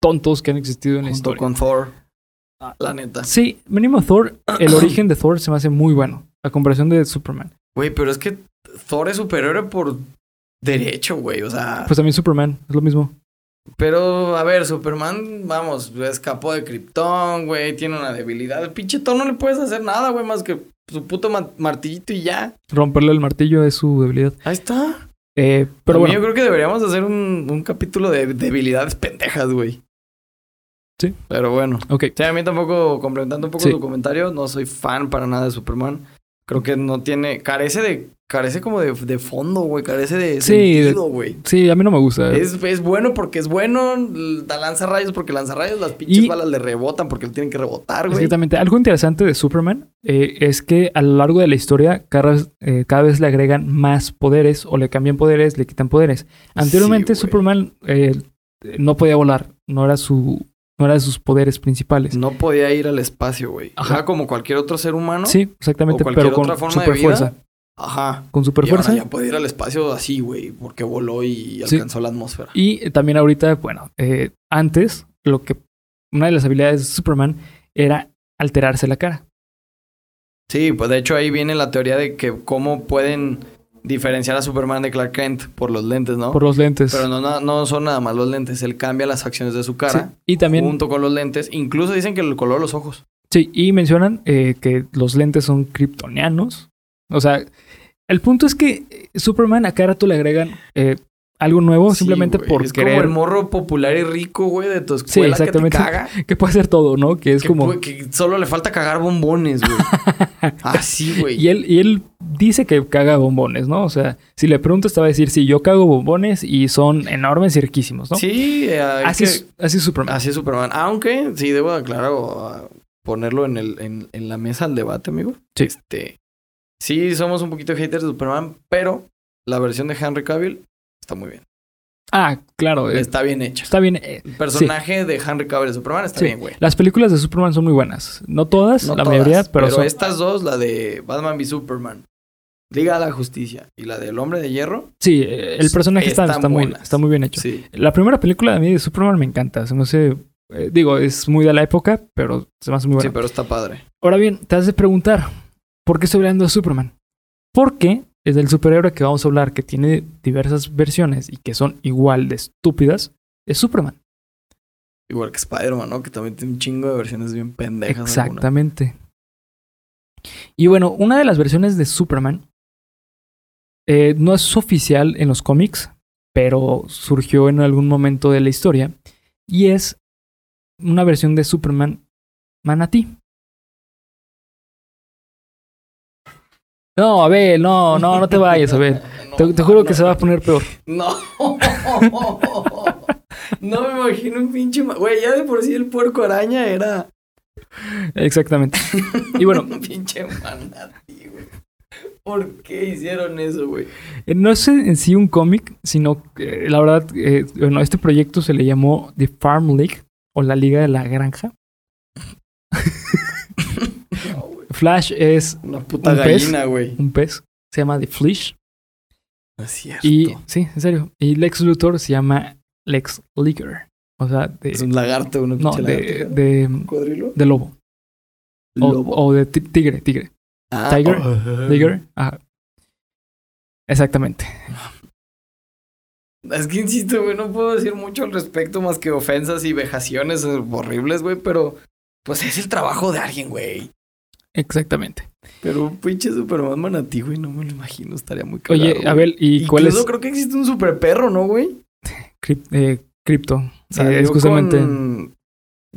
Speaker 1: tontos que han existido en la
Speaker 2: junto
Speaker 1: historia.
Speaker 2: con Thor. La neta.
Speaker 1: Sí, mínimo Thor, el origen de Thor se me hace muy bueno, a comparación de Superman.
Speaker 2: Güey, pero es que Thor es superhéroe por derecho, güey. O sea,
Speaker 1: Pues también Superman, es lo mismo.
Speaker 2: pero a ver, Superman, vamos, escapó de Krypton, güey. Tiene una debilidad. El pinche Thor no le puedes hacer nada, güey, más que su puto ma- martillito y ya.
Speaker 1: Romperle el martillo es su debilidad.
Speaker 2: Ahí está.
Speaker 1: Eh, pero
Speaker 2: A mí
Speaker 1: bueno,
Speaker 2: Yo creo que deberíamos hacer un, un capítulo de debilidades pendejas, güey.
Speaker 1: Sí.
Speaker 2: Pero bueno.
Speaker 1: ok.
Speaker 2: Sí, a mí tampoco, complementando un poco
Speaker 1: Sí.
Speaker 2: tu comentario, no soy fan para nada de Superman. Creo que no tiene. Carece de. Carece como de, de fondo, güey. Carece de
Speaker 1: Sí,
Speaker 2: sentido, güey.
Speaker 1: Sí, a mí no me gusta. eh.
Speaker 2: Es, es bueno porque es bueno. l- Lanza rayos porque lanza rayos. Las pinches
Speaker 1: Y-
Speaker 2: balas le rebotan porque le tienen que rebotar, güey.
Speaker 1: Exactamente. Algo interesante de Superman eh, es que a lo largo de la historia cada, vez- eh, cada vez le agregan más poderes o le cambian poderes, le quitan poderes. Anteriormente
Speaker 2: Sí, güey.
Speaker 1: Superman eh, no podía volar, no era su, no era de sus poderes principales.
Speaker 2: No podía ir al espacio, güey.
Speaker 1: Ajá.
Speaker 2: Ajá. como cualquier otro ser humano.
Speaker 1: Sí, exactamente,
Speaker 2: O cualquier
Speaker 1: pero con
Speaker 2: otra forma de
Speaker 1: super fuerza,
Speaker 2: Ajá.
Speaker 1: con super
Speaker 2: Y ahora
Speaker 1: fuerza.
Speaker 2: ya puede ir al espacio así, güey, porque voló y
Speaker 1: Sí.
Speaker 2: alcanzó la atmósfera.
Speaker 1: Y también ahorita, bueno, eh, antes lo que una de las habilidades de Superman era alterarse la cara.
Speaker 2: Sí, pues de hecho ahí viene la teoría de que cómo pueden diferenciar a Superman de Clark Kent por los lentes, ¿no?
Speaker 1: Por los lentes.
Speaker 2: Pero no, no, no son nada más los lentes, él cambia las acciones de su cara
Speaker 1: Sí, Y también,
Speaker 2: junto con los lentes, incluso dicen que el color de los ojos.
Speaker 1: sí, y mencionan eh, que los lentes son kryptonianos. O sea, el punto es que eh, Superman a cada rato le agregan eh, algo nuevo
Speaker 2: Sí,
Speaker 1: simplemente
Speaker 2: güey,
Speaker 1: por
Speaker 2: es como
Speaker 1: querer
Speaker 2: el morro popular y rico, güey, de tu escuela
Speaker 1: exactamente.
Speaker 2: que te caga.
Speaker 1: que puede hacer todo, ¿no? Que es
Speaker 2: que,
Speaker 1: como
Speaker 2: pu- que solo le falta cagar bombones, güey. Así, güey.
Speaker 1: y él y él dice que caga bombones, ¿no? O sea, si le preguntas te va a decir, "Sí, yo cago bombones y son enormes y riquísimos", ¿no?
Speaker 2: Sí, eh, hay
Speaker 1: así
Speaker 2: que- Ah.
Speaker 1: es, así es Superman.
Speaker 2: Así es Superman. Aunque sí debo aclarar o a ponerlo en, el, en, en la mesa al debate, amigo.
Speaker 1: Sí.
Speaker 2: Este, sí, somos un poquito haters de Superman, pero la versión de Henry Cavill está muy bien.
Speaker 1: Ah, claro, eh,
Speaker 2: Está bien hecha.
Speaker 1: está bien. eh,
Speaker 2: El personaje de Henry Cavill de Superman está
Speaker 1: Sí.
Speaker 2: bien, güey.
Speaker 1: las películas de Superman son muy buenas. No todas,
Speaker 2: No
Speaker 1: la
Speaker 2: todas,
Speaker 1: mayoría, pero, Pues son-
Speaker 2: estas dos, la de Batman v Superman, Liga de la Justicia y la del Hombre de Hierro,
Speaker 1: sí, eh, el personaje está,
Speaker 2: están
Speaker 1: está muy,
Speaker 2: buenas.
Speaker 1: está muy bien hecho.
Speaker 2: sí.
Speaker 1: La primera película de mí de Superman me encanta. Se me hace. eh, digo, es muy de la época, pero se me hace muy
Speaker 2: Sí,
Speaker 1: buena.
Speaker 2: pero está padre.
Speaker 1: Ahora bien, te has de preguntar: ¿por qué estoy hablando de Superman? Porque es del superhéroe que vamos a hablar, que tiene diversas versiones y que son igual de estúpidas, es Superman.
Speaker 2: Igual que Spider-Man, ¿no? Que también tiene un chingo de versiones bien pendejas. algunas.
Speaker 1: Exactamente. Y bueno, una de las versiones de Superman eh, no es oficial en los cómics, pero surgió en algún momento de la historia. Y es una versión de Superman Manatí. No, Abel, no, no, no te vayas, Abel. Te, te juro que se va a poner peor.
Speaker 2: No. No me imagino un pinche. ma- Güey, ya de por sí el puerco araña era
Speaker 1: Exactamente. Y bueno,
Speaker 2: un pinche manatí, güey. ¿Por qué hicieron eso, güey?
Speaker 1: Eh, No es en en sí un cómic, sino que eh, la verdad, eh, bueno, este proyecto se le llamó The Farm League o la Liga de la Granja.
Speaker 2: No, güey.
Speaker 1: Flash es
Speaker 2: Una puta
Speaker 1: ¿Un pez?
Speaker 2: gallina, güey.
Speaker 1: un pez, se llama The Flish.
Speaker 2: No es cierto.
Speaker 1: Y sí, en serio. Y Lex Luthor se llama Lex Luthor. O sea, de,
Speaker 2: Es un lagarto, una
Speaker 1: no,
Speaker 2: pinche
Speaker 1: de,
Speaker 2: lagarto.
Speaker 1: de,
Speaker 2: ¿Cocodrilo?
Speaker 1: de lobo. O,
Speaker 2: Lobo.
Speaker 1: o de ti- tigre, tigre.
Speaker 2: Ah,
Speaker 1: tiger,
Speaker 2: oh.
Speaker 1: Tiger. ajá. Exactamente.
Speaker 2: Es que insisto, güey, no puedo decir mucho al respecto más que ofensas y vejaciones eh, horribles, güey, pero pues es el trabajo de alguien, güey.
Speaker 1: Exactamente.
Speaker 2: Pero un pinche Superman manatí, güey, no me lo imagino, estaría muy caro.
Speaker 1: Oye, Abel, ¿y
Speaker 2: Incluso
Speaker 1: cuál es
Speaker 2: creo que existe un super perro, ¿no, güey?
Speaker 1: cripto? Eh, cripto?
Speaker 2: Salió
Speaker 1: Eh, es justamente.
Speaker 2: con-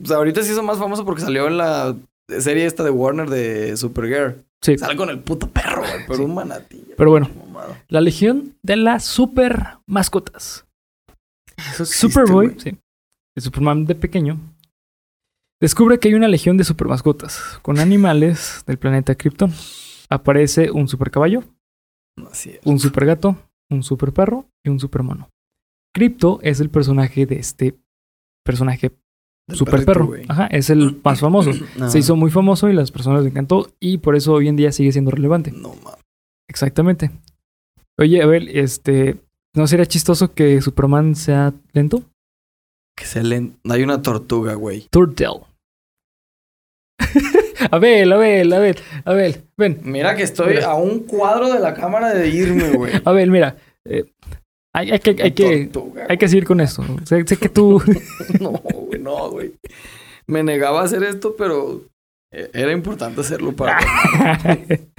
Speaker 2: O sea, ahorita se hizo más famoso porque salió en la serie esta de Warner de Supergirl.
Speaker 1: Sí.
Speaker 2: Sale con el puto perro, güey, pero un manatí. ya,
Speaker 1: Pero bueno.
Speaker 2: mamada.
Speaker 1: La Legión de las Super Mascotas.
Speaker 2: Eso existe,
Speaker 1: Superboy,
Speaker 2: Pues este güey.
Speaker 1: sí, el Superman de pequeño, descubre que hay una legión de super mascotas con animales del planeta Krypton. Aparece un super caballo,
Speaker 2: No, sí,
Speaker 1: un super gato, un super perro y un super mono. Crypto es el personaje de este personaje
Speaker 2: del
Speaker 1: super
Speaker 2: perrito,
Speaker 1: perro.
Speaker 2: güey.
Speaker 1: Ajá, es el más famoso.
Speaker 2: Ah,
Speaker 1: Ah, Se hizo muy famoso y las personas le encantó y por eso hoy en día sigue siendo relevante.
Speaker 2: No mames.
Speaker 1: Exactamente. Oye, Abel, este, ¿no sería chistoso que Superman sea lento?
Speaker 2: Que se le... Hay una tortuga, güey.
Speaker 1: Turtle. Abel, Abel, Abel, Abel, ven.
Speaker 2: Mira que estoy
Speaker 1: Mira.
Speaker 2: a un cuadro de la cámara de irme, güey.
Speaker 1: Abel, mira. eh, hay, hay que, hay, que,
Speaker 2: Tortuga,
Speaker 1: hay que seguir con esto. Sé, sé que tú...
Speaker 2: güey. No, güey, no, güey. Me negaba a hacer esto, pero eh, era importante hacerlo para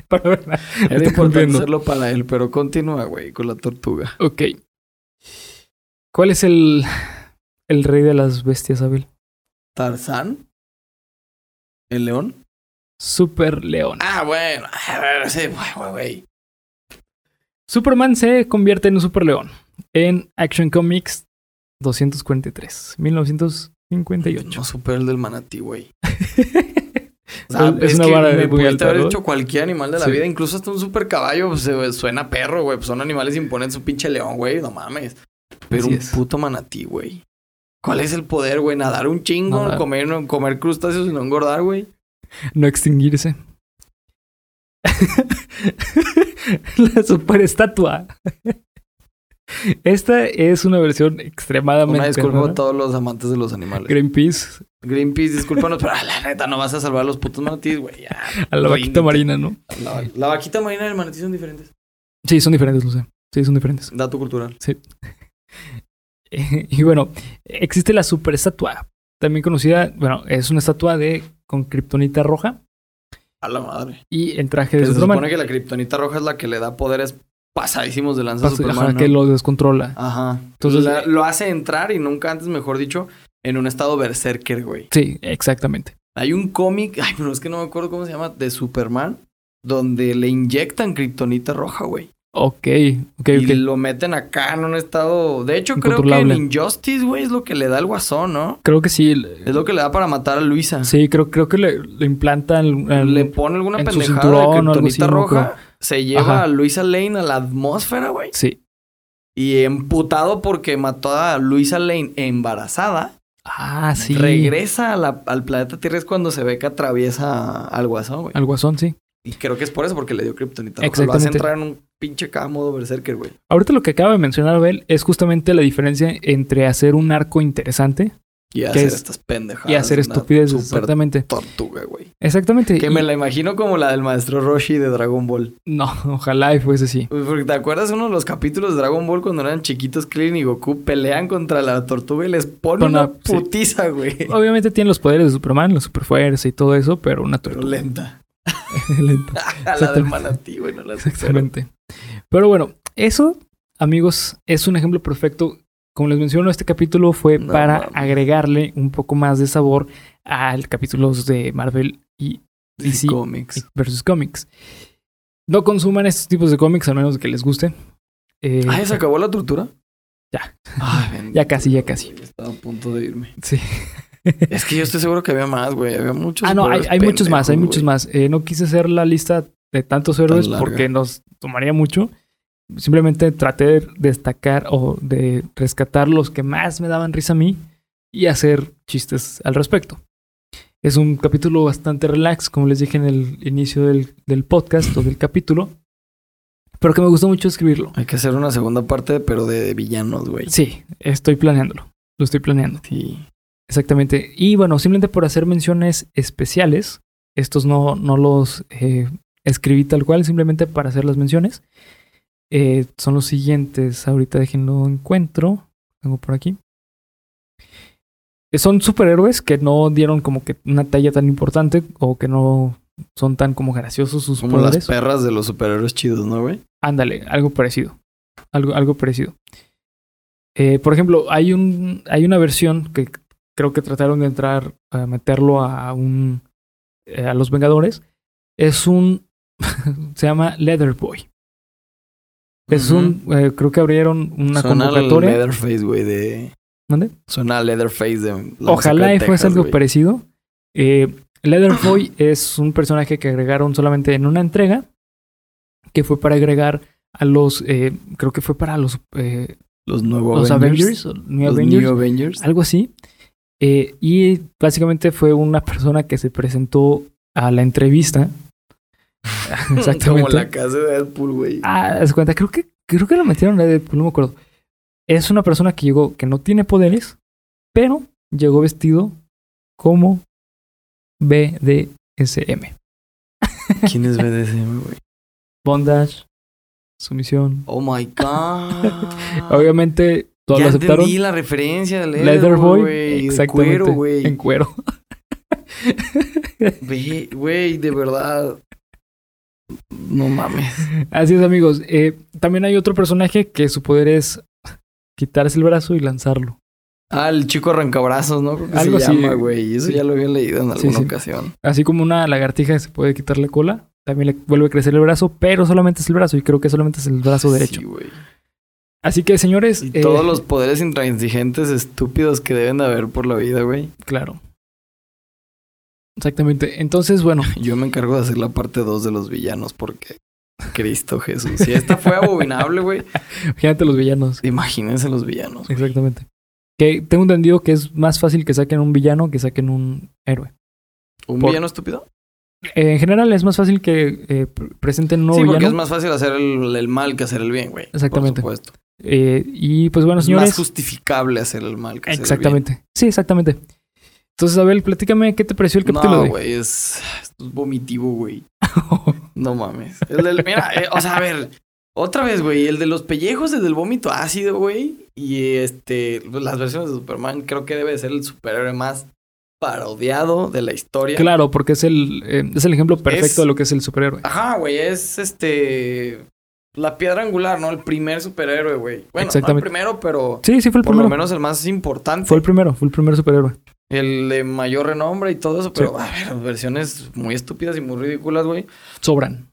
Speaker 1: Para ver, no
Speaker 2: Era
Speaker 1: te
Speaker 2: importante
Speaker 1: comprendo.
Speaker 2: hacerlo para él, pero continúa, güey, con la tortuga.
Speaker 1: Ok. ¿Cuál es el, el rey de las bestias, Abel?
Speaker 2: Tarzán. ¿El león?
Speaker 1: Super León.
Speaker 2: Ah, bueno. A ver, sí, güey, güey, güey.
Speaker 1: Superman se convierte en un super león en Action Comics 243, 1958.
Speaker 2: No supera el del manatí, güey. O sea,
Speaker 1: Es
Speaker 2: es,
Speaker 1: una
Speaker 2: que
Speaker 1: vara muy
Speaker 2: me pudiste
Speaker 1: alta,
Speaker 2: haber
Speaker 1: ¿no?
Speaker 2: hecho cualquier animal de la
Speaker 1: Sí.
Speaker 2: vida, incluso hasta un super caballo, pues, se- suena perro, güey. Pues son animales imponentes, un pinche león, güey, no mames. Pero
Speaker 1: Así
Speaker 2: un
Speaker 1: es.
Speaker 2: puto manatí, güey. ¿Cuál es el poder, güey? Nadar un chingo,
Speaker 1: Nadar.
Speaker 2: comer, no- comer crustáceos y no engordar, güey.
Speaker 1: No extinguirse. La superestatua. Esta es una versión extremadamente.
Speaker 2: Una disculpa
Speaker 1: rara.
Speaker 2: a todos los amantes de los animales.
Speaker 1: Greenpeace,
Speaker 2: Greenpeace, discúlpanos, pero ah, la neta no vas a salvar a los putos manatíes, güey. ya.
Speaker 1: a la vaquita
Speaker 2: Ríndete.
Speaker 1: marina, ¿no?
Speaker 2: La, la vaquita marina y el manatí son diferentes.
Speaker 1: Sí, son diferentes, lo sé. Sí, son diferentes.
Speaker 2: Dato cultural.
Speaker 1: y bueno, existe la superestatua. También conocida, bueno, es una estatua de con kriptonita roja
Speaker 2: A la madre.
Speaker 1: y el traje
Speaker 2: Que
Speaker 1: de
Speaker 2: se
Speaker 1: Superman.
Speaker 2: supone que la kriptonita roja es la que le da poderes pasadísimos de lanza a
Speaker 1: Pasa-
Speaker 2: Superman.
Speaker 1: ajá,
Speaker 2: ¿no?
Speaker 1: que lo descontrola.
Speaker 2: Ajá.
Speaker 1: Entonces,
Speaker 2: La- lo hace entrar y nunca antes, mejor dicho, en un estado berserker, güey.
Speaker 1: sí, exactamente.
Speaker 2: Hay un cómic, ay, pero es que no me acuerdo cómo se llama, de Superman, donde le inyectan kriptonita roja, güey.
Speaker 1: Ok, ok,
Speaker 2: Y
Speaker 1: ok.
Speaker 2: lo meten acá en un estado. De hecho, creo que en
Speaker 1: Incontrolable.
Speaker 2: Injustice, güey, es lo que le da el guasón, ¿no?
Speaker 1: Creo que sí.
Speaker 2: Es lo que le da para matar a Luisa.
Speaker 1: Sí, creo, creo que le, le implantan. al-
Speaker 2: le pone alguna
Speaker 1: en su
Speaker 2: pendejada
Speaker 1: cinturón o
Speaker 2: de
Speaker 1: algo
Speaker 2: kriptonita
Speaker 1: así, no
Speaker 2: roja, se lleva
Speaker 1: Ajá.
Speaker 2: a Luisa Lane a la atmósfera, güey.
Speaker 1: Sí.
Speaker 2: Y emputado porque mató a Luisa Lane embarazada,
Speaker 1: Ah, sí.
Speaker 2: regresa a la- al planeta Tierra es cuando se ve que atraviesa al guasón, güey.
Speaker 1: Al guasón, sí.
Speaker 2: Y creo que es por eso, porque le dio kriptonita roja. Lo hace
Speaker 1: Exactamente.
Speaker 2: entrar en un pinche cada modo berserker, güey.
Speaker 1: Ahorita lo que acaba de mencionar Abel es justamente la diferencia entre hacer un arco interesante
Speaker 2: Y hacer
Speaker 1: es-
Speaker 2: estas pendejadas.
Speaker 1: y hacer
Speaker 2: Ah, una
Speaker 1: estupideces.
Speaker 2: super
Speaker 1: Exactamente.
Speaker 2: tortuga, güey.
Speaker 1: Exactamente.
Speaker 2: Que
Speaker 1: y-
Speaker 2: me la imagino como la del maestro Roshi de Dragon Ball.
Speaker 1: No, ojalá y fuese así.
Speaker 2: Pues, Porque te acuerdas uno de los capítulos de Dragon Ball cuando eran chiquitos, Krillin y Goku pelean contra la tortuga y les pone
Speaker 1: Con la-
Speaker 2: una putiza, güey.
Speaker 1: Obviamente tiene los poderes de Superman, la superfuerza y todo eso, pero una
Speaker 2: Pero
Speaker 1: tortuga.
Speaker 2: lenta.
Speaker 1: Lento.
Speaker 2: la del manatí, güey, no la supero.
Speaker 1: Exactamente. Pero bueno, eso, amigos, es un ejemplo perfecto. Como les menciono, este capítulo fue
Speaker 2: No
Speaker 1: para
Speaker 2: mames.
Speaker 1: agregarle un poco más de sabor al capítulos de Marvel y
Speaker 2: DC
Speaker 1: Sí.
Speaker 2: Comics.
Speaker 1: versus cómics. No consuman estos tipos de cómics a menos que les guste. Eh,
Speaker 2: Ah, ¿se acabó la tortura?
Speaker 1: Ya.
Speaker 2: Ay, bendito,
Speaker 1: Ya casi, ya casi.
Speaker 2: güey, Estaba a punto de irme.
Speaker 1: Sí.
Speaker 2: Es que yo estoy seguro que había más, güey. Había muchos.
Speaker 1: Ah, no, hay,
Speaker 2: superhéroes
Speaker 1: hay muchos más, hay
Speaker 2: pendejos,
Speaker 1: muchos
Speaker 2: güey.
Speaker 1: más. Eh, no quise hacer la lista de tantos héroes
Speaker 2: larga.
Speaker 1: porque nos tomaría mucho. Simplemente traté de destacar o de rescatar los que más me daban risa a mí y hacer chistes al respecto. Es un capítulo bastante relax, como les dije en el inicio del, del podcast o del capítulo, pero que me gustó mucho escribirlo.
Speaker 2: Hay que hacer una segunda parte, pero de villanos, güey.
Speaker 1: Sí, estoy planeándolo, lo estoy planeando.
Speaker 2: Sí.
Speaker 1: Exactamente. Y bueno, simplemente por hacer menciones especiales, estos no, no los eh, escribí tal cual, simplemente para hacer las menciones. Eh, son los siguientes, ahorita déjenlo encuentro, tengo por aquí. Eh, Son superhéroes que no dieron como que una talla tan importante o que no son tan como graciosos sus
Speaker 2: Como las
Speaker 1: poderes.
Speaker 2: perras de los superhéroes chidos, ¿no, güey?
Speaker 1: Ándale, algo parecido. Algo, algo parecido. Eh, por ejemplo, hay un. Hay una versión que creo que trataron de entrar a meterlo a un. eh, a los Vengadores. Es un. se llama Leatherboy. Es un. eh, creo que abrieron una
Speaker 2: Suena al
Speaker 1: convocatoria.
Speaker 2: Leatherface, güey, de...
Speaker 1: ¿Mande?
Speaker 2: Suena al Leatherface de... la
Speaker 1: Ojalá
Speaker 2: masacre de
Speaker 1: y fuese
Speaker 2: Texas,
Speaker 1: algo
Speaker 2: güey.
Speaker 1: parecido. Eh, Leatherboy es un personaje que agregaron solamente en una entrega, que fue para agregar a los, eh, creo que fue para los, eh,
Speaker 2: Los nuevos
Speaker 1: los Avengers,
Speaker 2: Avengers.
Speaker 1: o New
Speaker 2: los
Speaker 1: Avengers,
Speaker 2: New Avengers.
Speaker 1: algo así. Eh, y básicamente fue una persona que se presentó a la entrevista.
Speaker 2: Como
Speaker 1: Exactamente.
Speaker 2: la casa de Deadpool, güey.
Speaker 1: Ah, haz de cuenta, creo que, creo que lo metieron a Deadpool, no me acuerdo. Es una persona que llegó, que no tiene poderes, pero llegó vestido como BDSM.
Speaker 2: ¿Quién es BDSM, güey?
Speaker 1: Bondage, sumisión.
Speaker 2: Oh, my God.
Speaker 1: Obviamente, todos
Speaker 2: Ah,
Speaker 1: lo
Speaker 2: ya
Speaker 1: aceptaron.
Speaker 2: entendí la referencia de Leatherboy,
Speaker 1: Leatherboy,
Speaker 2: güey. de
Speaker 1: exactamente,
Speaker 2: cuero, güey.
Speaker 1: en cuero.
Speaker 2: Ve- Güey, de verdad. No mames.
Speaker 1: Así es, amigos. Eh, también hay otro personaje que su poder es quitarse el brazo y lanzarlo.
Speaker 2: Ah, el chico arrancabrazos, ¿no? Creo que
Speaker 1: Algo
Speaker 2: se
Speaker 1: así.
Speaker 2: llama, güey. Eso
Speaker 1: Sí.
Speaker 2: ya lo había leído en alguna
Speaker 1: Sí, sí.
Speaker 2: ocasión.
Speaker 1: Así como una lagartija se puede quitar la cola, también le vuelve a crecer el brazo, pero solamente es el brazo y creo que solamente es el brazo derecho.
Speaker 2: Sí, güey.
Speaker 1: Así que, señores,
Speaker 2: Y
Speaker 1: eh,
Speaker 2: todos los poderes intransigentes estúpidos que deben de haber por la vida, güey.
Speaker 1: Claro. Exactamente. Entonces, bueno,
Speaker 2: Yo me encargo de hacer la parte 2 de los villanos porque... Cristo Jesús. Si esta fue abominable, güey.
Speaker 1: fíjate los villanos.
Speaker 2: Imagínense los villanos. güey.
Speaker 1: Exactamente. Que tengo entendido que es más fácil que saquen un villano que saquen un héroe.
Speaker 2: ¿Un
Speaker 1: Por-
Speaker 2: villano estúpido?
Speaker 1: Eh, en general es más fácil que eh, pr- presenten un nuevo
Speaker 2: sí, porque es
Speaker 1: villano.
Speaker 2: más fácil hacer el, el mal que hacer el bien, güey.
Speaker 1: Exactamente.
Speaker 2: Por supuesto.
Speaker 1: Eh, y pues bueno,
Speaker 2: Es más
Speaker 1: señores.
Speaker 2: justificable hacer el mal que hacer el bien.
Speaker 1: Exactamente. Sí, exactamente. Entonces, Abel, platícame qué te pareció el capítulo
Speaker 2: No,
Speaker 1: de
Speaker 2: güey, es, es vomitivo, güey. No mames. El del- mira, eh, o sea, a ver, otra vez, güey, el de los pellejos, el del vómito ácido, güey. Y este, pues, las versiones de Superman, creo que debe de ser el superhéroe más parodiado de la historia.
Speaker 1: Claro, porque es el, eh, es el ejemplo perfecto
Speaker 2: Es-
Speaker 1: de lo que es el superhéroe.
Speaker 2: Ajá, güey, es este. La piedra angular, ¿no? El primer superhéroe, güey. Bueno, no el
Speaker 1: Exactamente.
Speaker 2: primero, pero
Speaker 1: Sí, sí, fue el
Speaker 2: por lo
Speaker 1: primero.
Speaker 2: menos el más importante.
Speaker 1: Fue el primero, fue el primer superhéroe.
Speaker 2: El de mayor renombre y todo eso, pero a ver, versiones muy estúpidas y muy ridículas, güey.
Speaker 1: Sobran.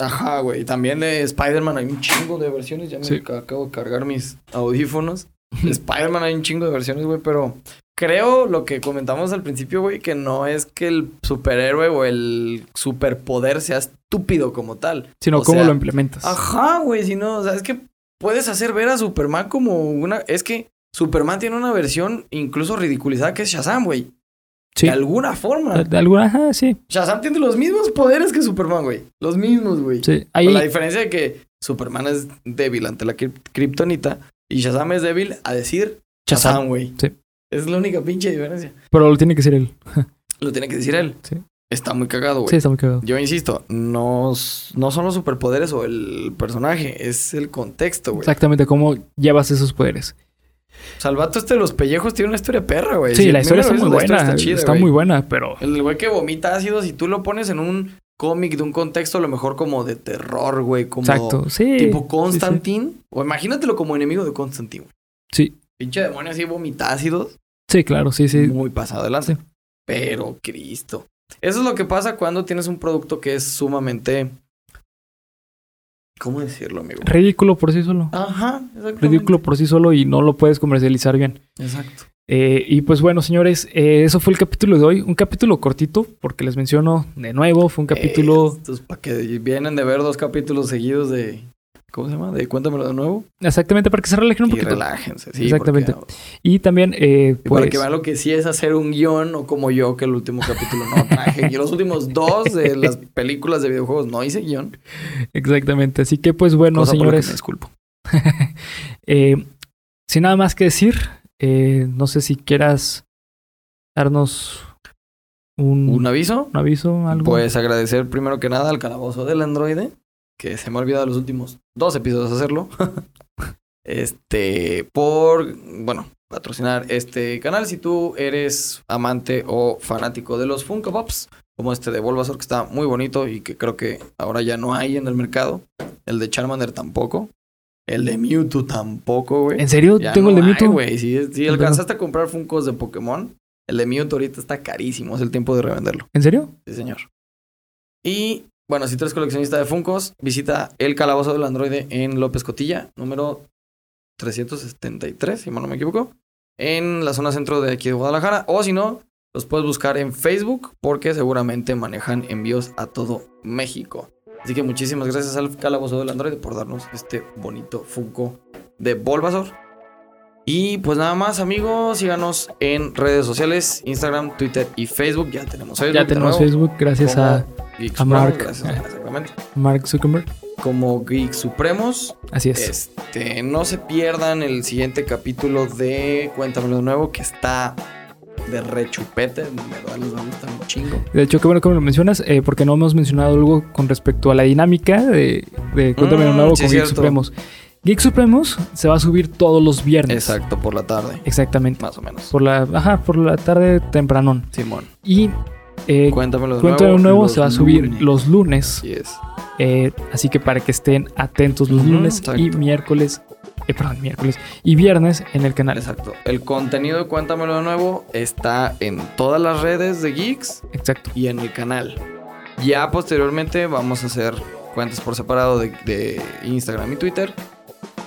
Speaker 2: Ajá, güey. También de Spider-Man hay un chingo de versiones. Ya me
Speaker 1: Sí.
Speaker 2: ca- acabo de cargar mis audífonos. De Spider-Man hay un chingo de versiones, güey, pero creo lo que comentamos al principio, güey, que no es que el superhéroe o el superpoder sea estúpido como tal.
Speaker 1: Sino
Speaker 2: O
Speaker 1: cómo
Speaker 2: sea, ah,
Speaker 1: lo implementas.
Speaker 2: Ajá, güey, sino, o sea, es que puedes hacer ver a Superman como una... Es que Superman tiene una versión incluso ridiculizada que es Shazam, güey.
Speaker 1: sí.
Speaker 2: De alguna forma.
Speaker 1: De- de alguna, ajá, sí.
Speaker 2: Shazam tiene los mismos poderes que Superman, güey. Los mismos, güey.
Speaker 1: Sí,
Speaker 2: Con la
Speaker 1: ahí,
Speaker 2: diferencia de que Superman es débil ante la kryp- kriptonita y Shazam es débil a decir
Speaker 1: Shazam.
Speaker 2: Shazam, güey.
Speaker 1: Sí.
Speaker 2: Es la única pinche diferencia.
Speaker 1: pero lo tiene que ser él.
Speaker 2: Lo tiene que decir él.
Speaker 1: Sí.
Speaker 2: Está muy cagado, güey.
Speaker 1: Sí, está muy cagado.
Speaker 2: Yo insisto, no, s- no son los superpoderes o el personaje, es el contexto, güey.
Speaker 1: Exactamente, cómo llevas esos poderes.
Speaker 2: Salvato este de los pellejos tiene una historia perra, güey.
Speaker 1: Sí,
Speaker 2: Si
Speaker 1: la
Speaker 2: Pues
Speaker 1: historia
Speaker 2: el
Speaker 1: está
Speaker 2: primero
Speaker 1: muy
Speaker 2: ves, la historia
Speaker 1: buena. Está,
Speaker 2: chida, güey.
Speaker 1: muy buena, pero
Speaker 2: El güey que vomita ácido, si tú lo pones en un cómic, de un contexto a lo mejor como de terror, güey, como
Speaker 1: Exacto, sí.
Speaker 2: tipo Constantine. O imagínatelo como enemigo de Constantine, güey.
Speaker 1: Sí.
Speaker 2: Pinche demonio así vomitácidos.
Speaker 1: Sí, sí, claro, sí, sí.
Speaker 2: Muy pasado adelante.
Speaker 1: Sí.
Speaker 2: Pero Cristo. Eso es lo que pasa cuando tienes un producto que es sumamente. ¿Cómo decirlo, amigo?
Speaker 1: Ridículo por sí solo.
Speaker 2: Ajá, exactamente.
Speaker 1: Ridículo por sí solo y no lo puedes comercializar bien.
Speaker 2: Exacto.
Speaker 1: Eh, y pues bueno, señores, eh, eso fue el capítulo de hoy. Un capítulo cortito, porque les menciono de nuevo, fue un capítulo.
Speaker 2: Estos para que vienen de ver dos capítulos seguidos de. ¿Cómo se llama? De Cuéntamelo de nuevo.
Speaker 1: Exactamente, para que se relajen un
Speaker 2: Y
Speaker 1: poquito.
Speaker 2: relájense. Sí,
Speaker 1: Exactamente.
Speaker 2: porque-
Speaker 1: Y también, eh,
Speaker 2: y
Speaker 1: pues.
Speaker 2: para que vean lo que sí es hacer un guión, o como yo, que el último capítulo no traje. y los últimos dos de las películas de videojuegos no hice guión.
Speaker 1: Exactamente. Así que, pues bueno,
Speaker 2: Cosa por la que
Speaker 1: señores.
Speaker 2: me disculpo.
Speaker 1: Eh, sin nada más que decir, eh, no sé si quieras darnos un,
Speaker 2: ¿Un aviso?
Speaker 1: un aviso, algo.
Speaker 2: Pues agradecer primero que nada al calabozo del androide, que se me ha olvidado los últimos dos episodios hacerlo. este, por, bueno, patrocinar este canal. Si tú eres amante o fanático de los Funko Pops, como este de Bulbasaur, que está muy bonito y que creo que ahora ya no hay en el mercado. El de Charmander tampoco. El de Mewtwo tampoco, güey.
Speaker 1: ¿En serio?
Speaker 2: Ya
Speaker 1: Tengo el
Speaker 2: no
Speaker 1: de
Speaker 2: hay,
Speaker 1: Mewtwo.
Speaker 2: güey. Si, si alcanzaste a comprar Funkos de Pokémon, el de Mewtwo ahorita está carísimo. Es el tiempo de revenderlo.
Speaker 1: ¿En serio?
Speaker 2: Sí, señor. Y bueno, si tú eres coleccionista de Funcos, visita el calabozo del androide en López Cotilla, número 373, si mal no me equivoco, en la zona centro de aquí de Guadalajara. O si no, los puedes buscar en Facebook porque seguramente manejan envíos a todo México. Así que muchísimas gracias al calabozo del androide por darnos este bonito Funko de Bulbasaur. Y pues nada más, amigos, síganos en redes sociales, Instagram, Twitter y Facebook. Ya tenemos Facebook.
Speaker 1: Ya
Speaker 2: de
Speaker 1: tenemos
Speaker 2: nuevo
Speaker 1: Facebook, gracias
Speaker 2: como
Speaker 1: a a
Speaker 2: Geek Supremos,
Speaker 1: Mark.
Speaker 2: gracias, exactamente.
Speaker 1: Mark Zuckerberg.
Speaker 2: Como Geek Supremos,
Speaker 1: Así es.
Speaker 2: este, no se pierdan el siguiente capítulo de Cuéntamelo de nuevo, que está de rechupete. De verdad, les va a gustar un chingo.
Speaker 1: De hecho, qué bueno que me lo mencionas, eh, porque no hemos mencionado algo con respecto a la dinámica de, de Cuéntame de
Speaker 2: Mm,
Speaker 1: nuevo
Speaker 2: sí,
Speaker 1: con Geek
Speaker 2: cierto.
Speaker 1: Supremos. Geek Supremos se va a subir todos los viernes.
Speaker 2: Exacto, por la tarde,
Speaker 1: Exactamente.
Speaker 2: más o menos.
Speaker 1: Por la, ajá, por la tarde tempranón.
Speaker 2: Simón,
Speaker 1: Y eh,
Speaker 2: cuéntamelo de
Speaker 1: Cuéntame
Speaker 2: nuevo.
Speaker 1: de nuevo
Speaker 2: los
Speaker 1: se va a subir
Speaker 2: lunes.
Speaker 1: los lunes.
Speaker 2: Así es.
Speaker 1: eh, así que para que estén atentos los
Speaker 2: Ujú,
Speaker 1: lunes y
Speaker 2: exacto.
Speaker 1: miércoles. eh, perdón, miércoles y viernes en el canal.
Speaker 2: Exacto. El contenido de Cuéntamelo de nuevo está en todas las redes de Geeks.
Speaker 1: Exacto.
Speaker 2: y en el canal. Ya posteriormente vamos a hacer cuentas por separado de, de Instagram y Twitter.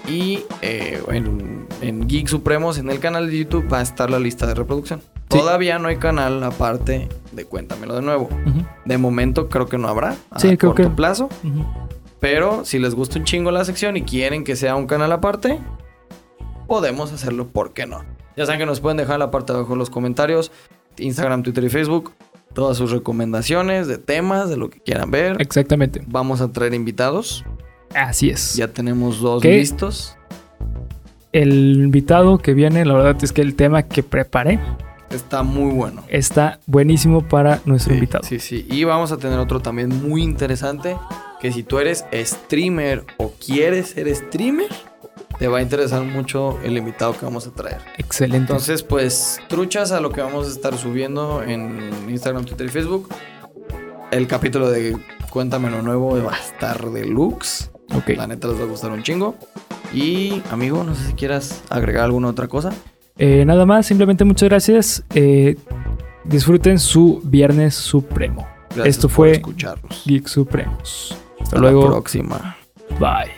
Speaker 2: Y eh, en, en Geek Supremos, en el canal de YouTube, va a estar la lista de reproducción.
Speaker 1: Sí.
Speaker 2: Todavía no hay canal aparte de Cuéntamelo de nuevo.
Speaker 1: Ujú,
Speaker 2: De momento creo que no habrá a
Speaker 1: Sí, creo
Speaker 2: corto
Speaker 1: que-
Speaker 2: plazo.
Speaker 1: ujú.
Speaker 2: Pero si les gusta un chingo la sección y quieren que sea un canal aparte, podemos hacerlo, ¿por qué no? Ya saben que nos pueden dejar en la parte de abajo de los comentarios, Instagram, Twitter y Facebook, todas sus recomendaciones de temas, de lo que quieran ver.
Speaker 1: Exactamente.
Speaker 2: Vamos a traer invitados.
Speaker 1: Así es.
Speaker 2: Ya tenemos dos
Speaker 1: ¿Qué?
Speaker 2: listos.
Speaker 1: El invitado que viene, la verdad es que el tema que preparé
Speaker 2: Está muy bueno.
Speaker 1: está buenísimo para nuestro
Speaker 2: Sí,
Speaker 1: invitado.
Speaker 2: Sí, sí. Y vamos a tener otro también muy interesante. Que si tú eres streamer o quieres ser streamer, te va a interesar mucho el invitado que vamos a traer.
Speaker 1: Excelente.
Speaker 2: Entonces, pues, truchas a lo que vamos a estar subiendo en Instagram, Twitter y Facebook. El capítulo de Cuéntame lo nuevo va a estar deluxe.
Speaker 1: ok.
Speaker 2: La neta les va a gustar un chingo. Y, amigo, no sé si quieras agregar alguna otra cosa.
Speaker 1: Eh, nada más, simplemente muchas gracias. Eh, disfruten su Viernes Supremo.
Speaker 2: Gracias
Speaker 1: Esto
Speaker 2: por
Speaker 1: fue
Speaker 2: escucharnos.
Speaker 1: Geek Supremos. Hasta
Speaker 2: Hasta la
Speaker 1: luego.
Speaker 2: próxima.
Speaker 1: Bye.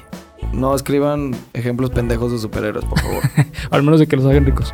Speaker 2: No escriban ejemplos pendejos de superhéroes, por favor.
Speaker 1: Al menos de que los hagan ricos.